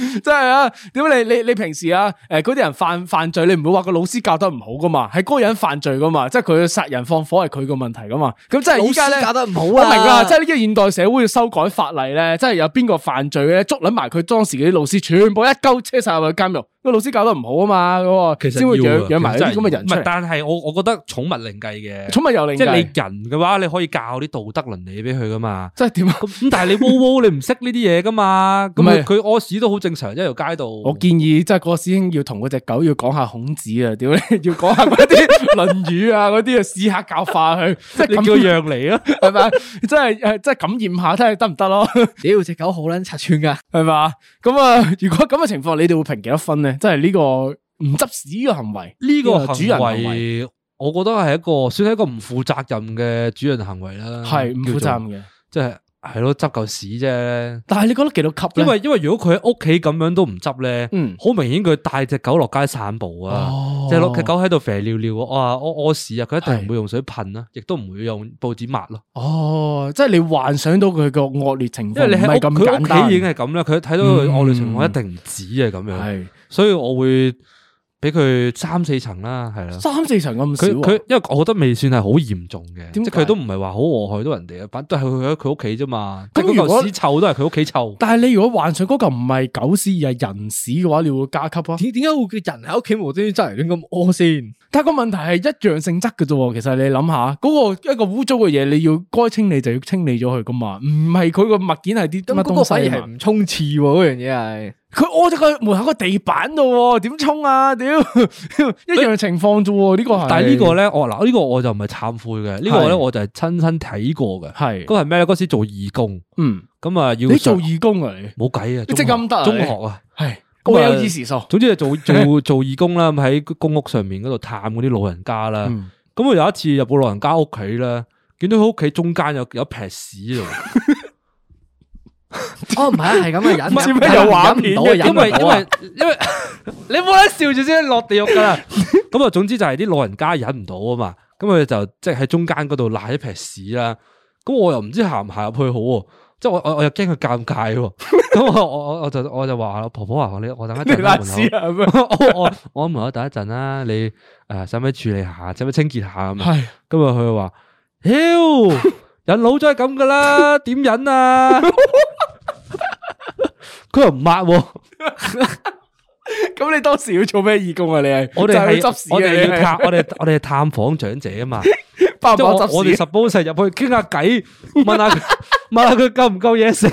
Speaker 4: 屎， 真係啊！點解你你你平時啊，诶嗰啲人犯犯罪，你唔會話個老師教得唔好噶嘛？係嗰個人犯罪噶嘛？即係佢殺人放火係佢個問題噶嘛？咁即係依家咧
Speaker 3: 老師教得唔好
Speaker 4: 我
Speaker 3: 啊！
Speaker 4: 哦明啦，即係呢個現代社會要修改法例咧，即係有邊個犯罪咧，捉撚埋佢當時嗰啲老師，全部一鳩車晒入去監獄。個老師教得唔好啊嘛，嗰個
Speaker 2: 其
Speaker 4: 先會
Speaker 2: 實要
Speaker 4: 養
Speaker 2: 啊
Speaker 4: 養埋
Speaker 2: 其實
Speaker 4: 啲
Speaker 2: 真
Speaker 4: 咁
Speaker 2: 係
Speaker 4: 嘅人
Speaker 2: 唔
Speaker 4: 出
Speaker 2: 係
Speaker 4: 嚟。
Speaker 2: 但係我我覺得寵物另計嘅。
Speaker 4: 寵物又令
Speaker 2: 即係啊你
Speaker 4: 你
Speaker 2: 人嘅話，你可以教啲道德倫理俾佢噶嘛。
Speaker 4: 即係點啊？
Speaker 2: 咁咁但係你 wow wow，你唔識呢啲嘢噶嘛？咁
Speaker 4: 唔係
Speaker 2: 佢佢屙屎都好正常，一條街度。
Speaker 4: 我建議即係個師兄要同嗰只狗要講下孔子啊，屌你，要講下嗰啲《論語》啊，嗰啲啊試下教化佢， 即係
Speaker 2: 你叫
Speaker 4: 咁
Speaker 2: 佢讓嚟啊！
Speaker 4: 係咪？即係誒，即係感染下睇下得唔得咯，
Speaker 3: 屌只狗好撚拆穿 噶，
Speaker 4: 係嘛？咁啊，如果咁嘅情況，你哋會評幾多分咧？即係呢個唔執屎嘅行為。
Speaker 2: 呢個
Speaker 4: 呢個主人
Speaker 2: 行
Speaker 4: 行
Speaker 2: 為，我覺得係一個算係一個唔負責任嘅主人行為啦。
Speaker 4: 系唔負責任
Speaker 2: 啊
Speaker 4: 嘅。
Speaker 2: 叫做，即係係咯，執嚿屎啫。
Speaker 4: 但係你覺得幾多級咧？
Speaker 2: 因為因為如果佢喺屋企咁樣都唔執咧，
Speaker 4: 嗯，
Speaker 2: 好明顯佢帶只狗落街散步啊。
Speaker 4: 哦
Speaker 2: 即係攞隻狗喺度肥尿尿啊，哇屙屙屎啊，佢一定唔
Speaker 4: 係
Speaker 2: 會用水噴啦，亦都唔會用報紙抹咯。
Speaker 4: 哦，即係你幻想到佢個惡劣情
Speaker 2: 因
Speaker 4: 況，
Speaker 2: 為你喺
Speaker 4: 唔係
Speaker 2: 屋
Speaker 4: 咁
Speaker 2: 佢
Speaker 4: 簡
Speaker 2: 屋
Speaker 4: 單
Speaker 2: 企已經係咁啦，佢睇到佢惡劣情況
Speaker 4: 嗯
Speaker 2: 一定唔止啊咁樣，
Speaker 4: 係
Speaker 2: 所以我會俾佢三四層啦，係啦。
Speaker 4: 三四層咁少
Speaker 2: 佢
Speaker 4: 啊。
Speaker 2: 佢，因為我覺得未算係好嚴重嘅，即
Speaker 4: 點解
Speaker 2: 係佢都唔係話好禍害到人哋啊，反都係佢喺佢屋企啫嘛。即係
Speaker 4: 咁
Speaker 2: 嗰
Speaker 4: 如果
Speaker 2: 嚿屎臭都係佢屋企臭，
Speaker 4: 但係你如果幻想嗰嚿唔係狗屎而係人屎嘅話，你會加級啊？
Speaker 3: 點點解會叫人喺屋企無端端周圍亂咁屙先？
Speaker 4: 但係個問題係一樣性質嘅啫喎。其實你諗下，嗰、個一個污糟嘅嘢，你要該清理就要清理咗佢噶嘛，唔係佢個物件係啲
Speaker 3: 咁
Speaker 4: 乜
Speaker 3: 嗰個
Speaker 4: 東
Speaker 3: 反而
Speaker 4: 西
Speaker 3: 係
Speaker 4: 啊嘛。
Speaker 3: 唔沖廁喎，嗰樣嘢係。
Speaker 4: 佢屙咗佢門口個地板度喎，點沖啊？屌，一樣情況啫喎。呢個係，
Speaker 2: 但係呢個咧，我嗱呢個我就唔係懺悔嘅，呢個咧
Speaker 4: 係
Speaker 2: 我就係親身睇過嘅。
Speaker 4: 係，
Speaker 2: 咁係咩咧？嗰時做義工，
Speaker 4: 嗯。
Speaker 2: 咁啊要
Speaker 4: 你
Speaker 2: 上
Speaker 4: 做義工啊你？
Speaker 2: 冇計啊，
Speaker 4: 你即係咁得啊
Speaker 2: 中學
Speaker 4: 你
Speaker 2: 中學啊。
Speaker 4: 系
Speaker 2: 咁
Speaker 4: 我
Speaker 2: 啊
Speaker 4: 有意時數。
Speaker 2: 總之係做做做義工啦，咁喺公屋上面嗰度探嗰啲老人家啦。
Speaker 4: 嗯
Speaker 2: 咁我有一次入到老人家屋企咧，見到佢屋企中間有有一撇屎喺度，
Speaker 3: 哦，唔係啊，係咁嘅，忍
Speaker 4: 知咩有畫面嘅
Speaker 3: 忍
Speaker 2: 因
Speaker 3: 唔到啊
Speaker 2: 為
Speaker 3: 忍
Speaker 2: 因
Speaker 3: 唔到啊
Speaker 2: 為因為你冇得笑住先落地獄噶啦。咁啊，總之就係啲老人家忍唔到啊嘛，咁佢就即係喺中間嗰度瀨一撇屎啦。咁我又唔知行唔行入去好喎，即係我我我又驚佢尷尬喎。咁我我我我就我就話婆婆啊，你我等一
Speaker 4: 你
Speaker 2: 陣啦
Speaker 4: 拉
Speaker 2: 門口
Speaker 4: 屎啊咁樣，
Speaker 2: 我 我我喺門口等一陣啦，你诶使唔使處理下，使唔使清潔下咁啊？
Speaker 4: 係
Speaker 2: 咁啊，佢話：， 妖人老咗係咁噶啦，點忍啊？ 佢又唔抹喎，
Speaker 4: 咁你當時要做咩義工啊？你係
Speaker 2: 我哋
Speaker 4: 就係去
Speaker 2: 係
Speaker 4: 執
Speaker 3: 啊
Speaker 4: 屎
Speaker 2: 我哋要
Speaker 4: 嘅，
Speaker 2: 探我哋我哋係探訪長者 啊嘛，即
Speaker 4: 包
Speaker 2: 係
Speaker 4: 包
Speaker 2: 我我
Speaker 4: 執
Speaker 2: 哋
Speaker 4: 屎。啊
Speaker 2: suppose 係入去傾下偈，問下佢 問下佢夠唔夠嘢食，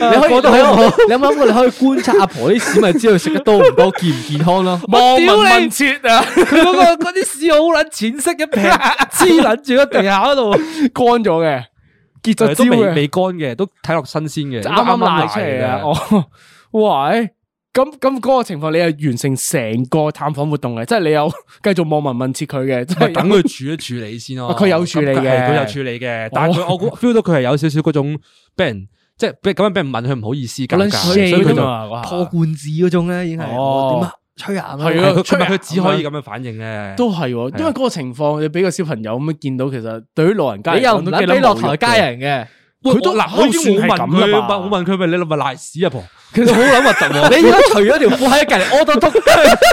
Speaker 3: 你可以
Speaker 2: 過得好唔好？
Speaker 3: 你有冇諗過你可以觀察阿婆啲屎，咪知道食得多唔多，健唔健康咯？
Speaker 4: 望聞
Speaker 2: 屌你
Speaker 4: 問切 啊，
Speaker 2: 佢嗰個嗰啲屎好撚淺色一撇，黐撚住個地下嗰度。
Speaker 4: 乾咗嘅，結咗
Speaker 2: 都
Speaker 4: 焦
Speaker 2: 未
Speaker 4: 嘅，
Speaker 2: 未乾嘅，都睇落新鮮嘅，
Speaker 4: 就啱啱
Speaker 2: 拉
Speaker 4: 瀨出嚟啊！ 哦，喂，咁咁嗰個情況，你係完成成個探訪活動嘅，即係你有 繼續望聞問切佢嘅，即
Speaker 2: 咪
Speaker 4: 係
Speaker 2: 等佢處一處理先咯。
Speaker 4: 佢有處理嘅
Speaker 2: 咁係佢有處理嘅，但係佢我估 feel 到佢係有少少嗰種俾人即係俾咁樣俾人問佢唔好意思尷
Speaker 4: 撚
Speaker 2: 尬，所以佢就係
Speaker 4: 啊！哇
Speaker 3: 破罐子嗰種咧，已經係
Speaker 4: 哦
Speaker 3: 我點啊？吹眼
Speaker 4: 係啊，
Speaker 3: 啦
Speaker 2: 佢佢咪
Speaker 4: 出嚟
Speaker 2: 佢只可以
Speaker 4: 咁
Speaker 2: 咁樣反應嘅。
Speaker 4: 都係喎，
Speaker 2: 啊
Speaker 4: 因為嗰個情況，你俾個小朋友咁樣見到，其實對於老人家嚟
Speaker 3: 你又
Speaker 4: 講
Speaker 3: 唔
Speaker 4: 都
Speaker 3: 撚
Speaker 4: 幾
Speaker 3: 俾
Speaker 4: 撚
Speaker 3: 落
Speaker 4: 侮辱
Speaker 3: 台啊
Speaker 4: 嘅
Speaker 3: 街人嘅，
Speaker 2: 喂
Speaker 4: 佢都
Speaker 2: 我
Speaker 4: 嗱
Speaker 2: 我已
Speaker 4: 都
Speaker 2: 經
Speaker 4: 算
Speaker 2: 冇
Speaker 4: 係
Speaker 2: 問
Speaker 4: 咁啦
Speaker 2: 佢，
Speaker 4: 吧
Speaker 2: 我問佢咪你咪賴屎啊婆？
Speaker 3: 其實好撚核 突喎！你而家除咗條褲喺隔離屙到篤，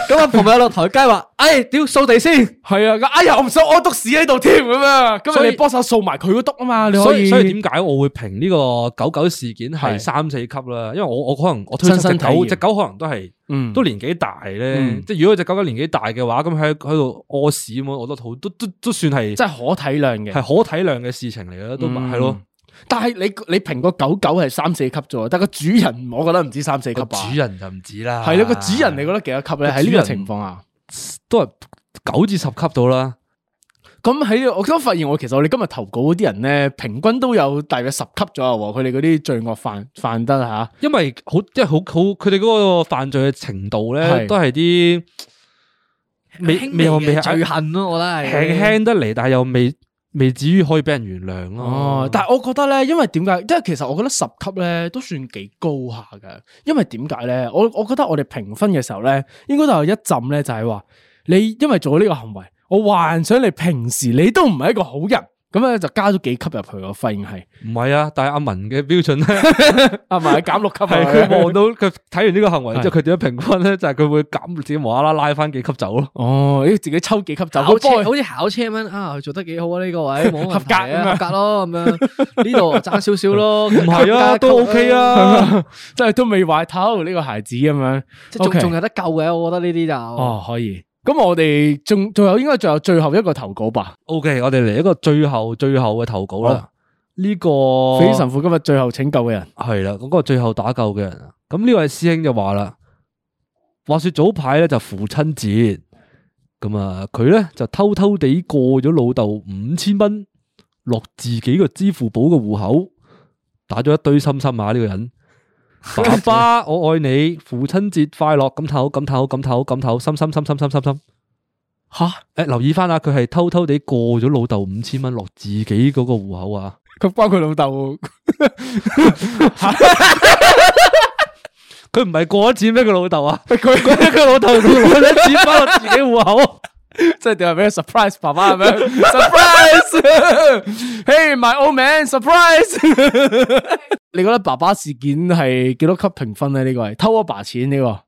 Speaker 3: 咁阿朋友落台街話：，哎，屌掃地先！
Speaker 4: 系啊，哎 呀，我唔想屙督屎喺度添咁啊，咁
Speaker 2: 所以
Speaker 4: 你幫手掃埋佢嗰督啊嘛，你
Speaker 2: 所
Speaker 4: 可
Speaker 2: 以
Speaker 4: 以。
Speaker 2: 所以點解我會評呢個狗狗事件係
Speaker 4: 係
Speaker 2: 三四級啦？因為我我可能我推測
Speaker 4: 親
Speaker 2: 只
Speaker 4: 身體
Speaker 2: 狗
Speaker 4: 驗
Speaker 2: 只狗可能都係
Speaker 4: 嗯
Speaker 2: 都年紀大咧
Speaker 4: 嗯，
Speaker 2: 即係如果只狗狗年紀大嘅話，咁喺喺度屙屎咁，我覺得好都都都算係
Speaker 4: 真係可體諒嘅，
Speaker 2: 係可體諒嘅事情嚟啦，都
Speaker 4: 嗯
Speaker 2: 係咯。。
Speaker 4: 但係你你評個狗狗係三四級啫喎，但個主人我覺得唔止三四級
Speaker 2: 個
Speaker 4: 吧。
Speaker 2: 主人就唔止啦，
Speaker 4: 係啦，個主人你覺得幾多級咧？喺
Speaker 2: 個主
Speaker 4: 呢個
Speaker 2: 人
Speaker 4: 情況下，
Speaker 2: 都係九至十級到啦。
Speaker 4: 咁喺我今發現我其實我哋今日投稿嗰啲人咧，平均都有大約十級左右喎。佢哋嗰啲罪惡犯犯得吓，
Speaker 2: 因為好即係好好，佢哋嗰個犯罪嘅程度咧，
Speaker 4: 係
Speaker 2: 都係啲未
Speaker 3: 輕
Speaker 2: 未又
Speaker 3: 微
Speaker 2: 未
Speaker 3: 嘅罪
Speaker 2: 係
Speaker 3: 行咯，我覺得係
Speaker 2: 輕輕得嚟，但係又未未至於可以俾人原諒咯。
Speaker 4: 哦，但係我覺得咧，因為點解？因為其實我覺得十級咧都算幾高下㗎。因為點解咧？我我覺得我哋評分嘅時候咧，應該都有一浸咧，就係話你因為做呢個行為，我幻想你平時你都唔係一個好人，咁咧就加咗幾級入去。我發現係
Speaker 2: 唔係啊，但係阿文嘅標準咧，
Speaker 4: 啊，咪減六級
Speaker 2: 係
Speaker 4: 啊
Speaker 2: 佢望到佢睇完呢個行為
Speaker 4: 係
Speaker 2: 之後，佢點樣評分咧？就係佢會減自己無啦啦拉翻幾級走咯。
Speaker 4: 哦，要自己抽幾級走，
Speaker 3: 考
Speaker 4: 好
Speaker 3: 車
Speaker 4: 幫
Speaker 3: 好似考車咁樣啊，佢做得幾好啊呢個位，冇
Speaker 4: 合格
Speaker 3: 問題
Speaker 4: 咁
Speaker 3: 啊，
Speaker 4: 樣
Speaker 3: 合格咯咁樣，呢度爭少少咯， 唔
Speaker 2: 唔係啊，都 OK，啊。
Speaker 4: 真係都未壞透呢個孩子咁樣。
Speaker 3: 即係仲
Speaker 4: OK
Speaker 3: 仲有得救嘅，我覺得呢啲就
Speaker 4: 哦，可以。咁我哋仲仲有應該仲有最後一個投稿吧？
Speaker 2: OK，我哋嚟一個最後最後嘅投稿啦。呢個
Speaker 4: 匪夷神父今日最後拯救嘅人，
Speaker 2: 系啦，嗰、個最後打救嘅人啊。咁呢位師兄就話啦，話说早排咧就父親節，咁啊佢咧就偷偷地過咗老豆五千蚊落自己個支付寶嘅戶口，打咗一堆心心啊呢、個人。爸爸，我愛你，父親節快樂！咁頭咁頭咁頭咁頭，心心心心心心心。
Speaker 4: 吓
Speaker 2: 诶、留意翻啊，佢係偷偷地過咗老豆五千蚊落自己嗰個戶口啊。
Speaker 4: 佢關佢老豆，
Speaker 2: 佢唔係過咗錢 俾佢老豆啊？
Speaker 4: 佢佢
Speaker 2: 佢老豆攞咗錢翻落自己户口。
Speaker 4: 即係點啊？俾個 surprise 爸爸咁樣 surprise，嘿 my old man surprise。你覺得爸爸事件係幾多級評分咧？呢個係偷阿爸錢呢個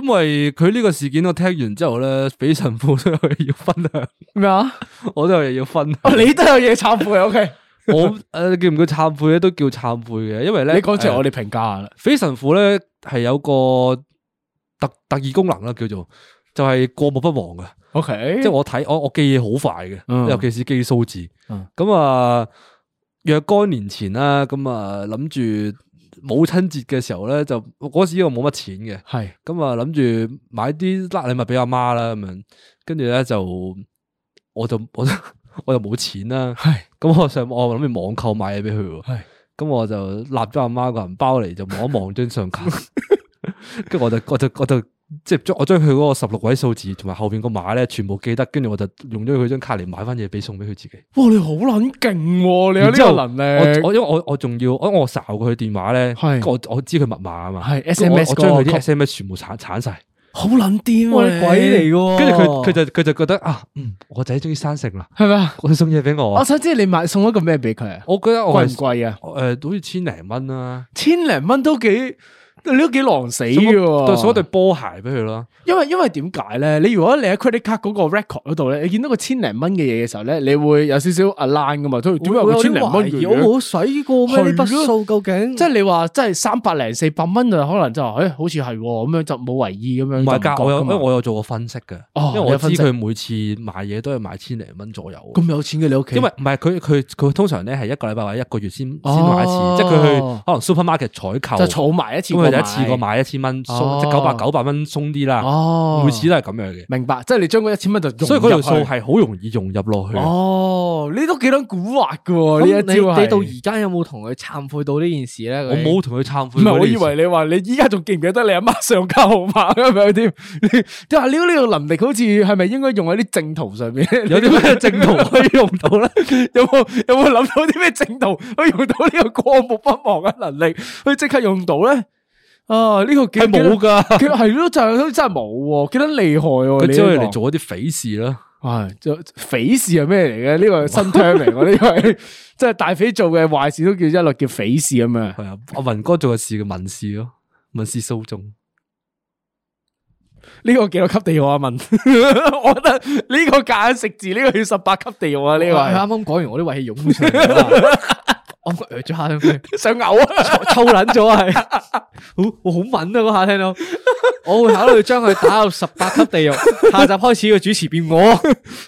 Speaker 2: 因為佢呢個事件，我聽完之後咧，俾神父都有嘢要分享，
Speaker 4: 咩啊？
Speaker 2: 我都有嘢要分
Speaker 4: 哦
Speaker 2: 享。
Speaker 4: 你都有嘢懺悔，OK？
Speaker 2: 我诶、呃叫唔叫懺悔咧？都叫懺悔嘅，因為咧，
Speaker 4: 你講出嚟
Speaker 2: 呃
Speaker 4: 我哋評價下啦。
Speaker 2: 匪神父咧係有個特特異功能啦，叫做就係過目不忘嘅，
Speaker 4: OK，
Speaker 2: 即係我睇我我記嘢好快嘅，
Speaker 4: 嗯
Speaker 2: 尤其是記數字。
Speaker 4: 嗯
Speaker 2: 咁啊、若干年前啦，咁啊諗住母親節嘅時候咧，就嗰時我冇乜錢嘅。
Speaker 4: 係
Speaker 2: 咁啊諗住買啲甩禮物俾阿媽啦，咁樣跟住咧就我就我就 我就冇錢啦，
Speaker 4: 係
Speaker 2: 咁我上網我諗住網購買嘢俾佢喎
Speaker 4: 係，
Speaker 2: 咁我就立咗阿媽個銀包嚟就望一望張信用 卡，跟住我就我就我就即係將我將佢嗰個十六位數字同埋後邊個碼咧全部記得，跟住我就用咗佢張卡嚟買翻嘢俾送俾佢自己。
Speaker 4: 哇！你好撚勁喎，你有
Speaker 2: 然
Speaker 4: 呢
Speaker 2: 之後
Speaker 4: 個能
Speaker 2: 我
Speaker 4: 力。
Speaker 2: 我因為我我仲要我我睄過佢電話咧，
Speaker 4: 係
Speaker 2: 我我知佢密碼啊嘛，
Speaker 4: 係
Speaker 2: 跟住我
Speaker 4: SMS
Speaker 2: 我將佢
Speaker 4: 嗰個
Speaker 2: 啲 SMS 全部鏟鏟晒。
Speaker 4: 好撚癲喎，
Speaker 3: 哇你鬼嚟嘅喎，
Speaker 2: 跟住
Speaker 4: 哦
Speaker 2: 佢佢就佢就覺得啊，嗯，我仔終於生 性啦，
Speaker 4: 係咪啊？
Speaker 2: 佢送嘢俾我
Speaker 4: 我
Speaker 2: 啊，
Speaker 4: 想知你買送咗個咩俾佢啊？
Speaker 2: 我覺得我
Speaker 4: 貴唔
Speaker 2: 係
Speaker 4: 貴啊？
Speaker 2: 诶，好似千零蚊啦，
Speaker 4: 千零蚊都幾，你都幾狼死嘅
Speaker 2: 對送一對
Speaker 4: 喎。
Speaker 2: 波鞋俾佢啦，
Speaker 4: 因為因為點解咧？你如果你喺 credit card 嗰個 record 嗰度咧，你見到個千零蚊嘅嘢嘅時候咧，你會有少少 alarm 噶嘛？都點解
Speaker 3: 會
Speaker 4: 有個
Speaker 3: 會有
Speaker 4: 千
Speaker 3: 啲
Speaker 4: 零
Speaker 3: 懷
Speaker 4: 蚊嘅
Speaker 3: 疑，我
Speaker 4: 嘢？
Speaker 3: 冇使過咩？呢
Speaker 4: 係咯
Speaker 3: 筆數究竟
Speaker 4: 即係你話，即係三百零四百蚊就啊可能就話，誒，哎好似係喎咁樣就冇為意咁樣。
Speaker 2: 唔係
Speaker 4: 就
Speaker 2: 㗎，
Speaker 4: 覺
Speaker 2: 我有因
Speaker 4: 嘛
Speaker 2: 為我有做過分析嘅，
Speaker 4: 哦
Speaker 2: 因為
Speaker 4: 你
Speaker 2: 我
Speaker 4: 有
Speaker 2: 知
Speaker 4: 分析哦
Speaker 2: 佢每次買嘢都係買千零蚊左右嘅，
Speaker 4: 咁有錢嘅你屋企，
Speaker 2: 因為唔係佢佢佢通常咧係一個禮拜或者一個月先先
Speaker 4: 哦
Speaker 2: 買一次，即係佢去可能 supermarket 採購，
Speaker 4: 就儲埋一次
Speaker 2: 咁
Speaker 4: 過
Speaker 2: 佢
Speaker 4: 買，
Speaker 2: 就一次過買一千蚊，鬆
Speaker 4: 哦
Speaker 2: 即九百九百蚊鬆啲啦，
Speaker 4: 哦，
Speaker 2: 每次都係咁樣嘅，
Speaker 4: 明白，即係你將嗰一千蚊就融
Speaker 2: 所以嗰條
Speaker 4: 入去
Speaker 2: 數係好容易融入落去嘅。
Speaker 4: 哦，你都幾撚蠱惑嘅喎
Speaker 3: 咁
Speaker 4: 呢
Speaker 3: 你
Speaker 4: 一招係
Speaker 3: 你到而家有冇同佢懺悔到呢件事咧？
Speaker 2: 我
Speaker 3: 佢
Speaker 2: 冇同佢懺
Speaker 4: 唔
Speaker 2: 悔過呢件事。
Speaker 4: 係，我以為你話你依家仲記唔記得你阿媽上用卡號碼咁樣添？你你話呢呢個能力好似係咪應該用喺啲正途上面？
Speaker 2: 有啲咩正 途可以用到咧？
Speaker 4: 有冇有冇諗到啲咩正途可以用到呢個過目不忘嘅能力，去即刻用到咧？啊，呢、個幾
Speaker 2: 係冇，噶，啊
Speaker 4: 幾係咯，就係真係冇喎，幾得厲害喎！
Speaker 2: 佢
Speaker 4: 你
Speaker 2: 只可以
Speaker 4: 呢個
Speaker 2: 嚟做一啲匪事啦。
Speaker 4: 哇！就匪事係咩嚟嘅？呢個係新 term 嚟，我呢個係 即係大匪做嘅壞事都叫一律叫匪事咁樣。
Speaker 2: 系啊，阿云哥做嘅事嘅民事咯，民事訴訟。
Speaker 4: 呢個幾多級地獄啊？問， 我覺得呢個夾硬食字，呢個要十八級地獄啊！呢
Speaker 3: 你話
Speaker 4: 個
Speaker 3: 啱啱講完，我啲胃氣湧出嚟 啦，我噏咗下先，
Speaker 4: 係想嘔啊！
Speaker 3: 抽撚咗啊係，好我好敏啊嗰下聽到，我會考慮將佢打入十八級地獄。下集開始個主持 變我，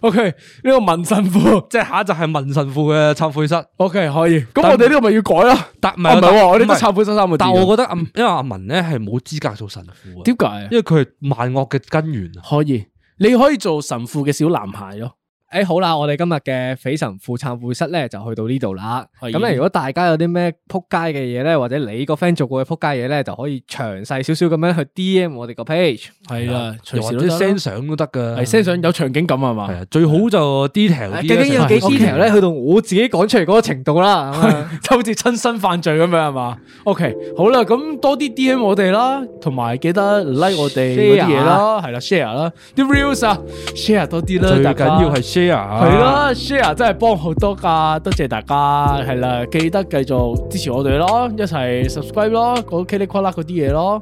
Speaker 4: OK，呢個文神父
Speaker 2: 即係下一集係文神父嘅忏悔室，
Speaker 4: ，OK 可以。咁我哋呢個咪要改咯？
Speaker 2: 但唔
Speaker 4: 啊唔係喎，我哋都
Speaker 2: 唔係
Speaker 4: 懺悔新三個字。
Speaker 2: 但我覺得阿因為阿文咧係冇資格做神父啊，
Speaker 4: 啊點解？
Speaker 2: 因為佢係萬惡嘅根源啊。
Speaker 4: 可以，你可以做神父嘅小男孩咯。
Speaker 3: 诶，好啦，我哋今日嘅匪神父忏悔室咧就去到呢度啦。
Speaker 4: 係
Speaker 3: 咁咧，如果大家有啲咩扑街嘅嘢咧，或者你個 friend 做過嘅扑街嘢咧，就可以詳細少少咁樣去 D M 我哋個 page。
Speaker 4: 係啦，隨
Speaker 2: 啊又或
Speaker 4: 時
Speaker 2: 者
Speaker 4: 都得
Speaker 2: send
Speaker 4: 啦。
Speaker 2: 相都得噶，
Speaker 4: 係 send 相有場景感嗯係嘛
Speaker 2: 係？啊，最好就 detail 啲啊。
Speaker 3: 究竟有幾
Speaker 2: 成件
Speaker 3: detail
Speaker 2: 事
Speaker 3: 咧？？去到我自己講出嚟嗰個程度啦。咁啊
Speaker 4: 就好似親身犯罪咁樣係嘛？OK，好啦，咁多啲 DM 我哋啦，同埋記得 like 我哋嗰啲嘢啦，係啦，share 啊啦，啲 reels 啊，share 多啲啦，
Speaker 2: 最
Speaker 4: 大家
Speaker 2: 緊要係 share 啊下
Speaker 4: 係。啦，share 真係幫好多噶，多謝大家，係啦，記得繼續支持我哋咯，一齊 subscribe 咯，嗰 k i l i k 啦嗰啲嘢咯，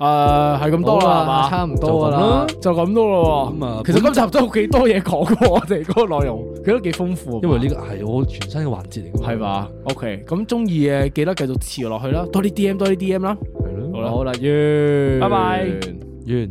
Speaker 4: 誒係咁多啦，係嘛？
Speaker 2: 啊
Speaker 3: 差唔多㗎啦。
Speaker 4: 就咁多咯喎，
Speaker 2: 嗯咁啊
Speaker 4: 其實今集都有幾多嘢講喎，我哋嗰個內容，佢都幾豐富。
Speaker 2: 因為呢個係我全新嘅環節嚟㗎嘛，
Speaker 4: 系嘛？OK，咁中意嘅記得繼續持落去啦，多啲 DM，多啲 DM 啦。
Speaker 2: 係咯，
Speaker 4: 好啦
Speaker 3: 好啦，完，
Speaker 4: 拜拜
Speaker 2: 完。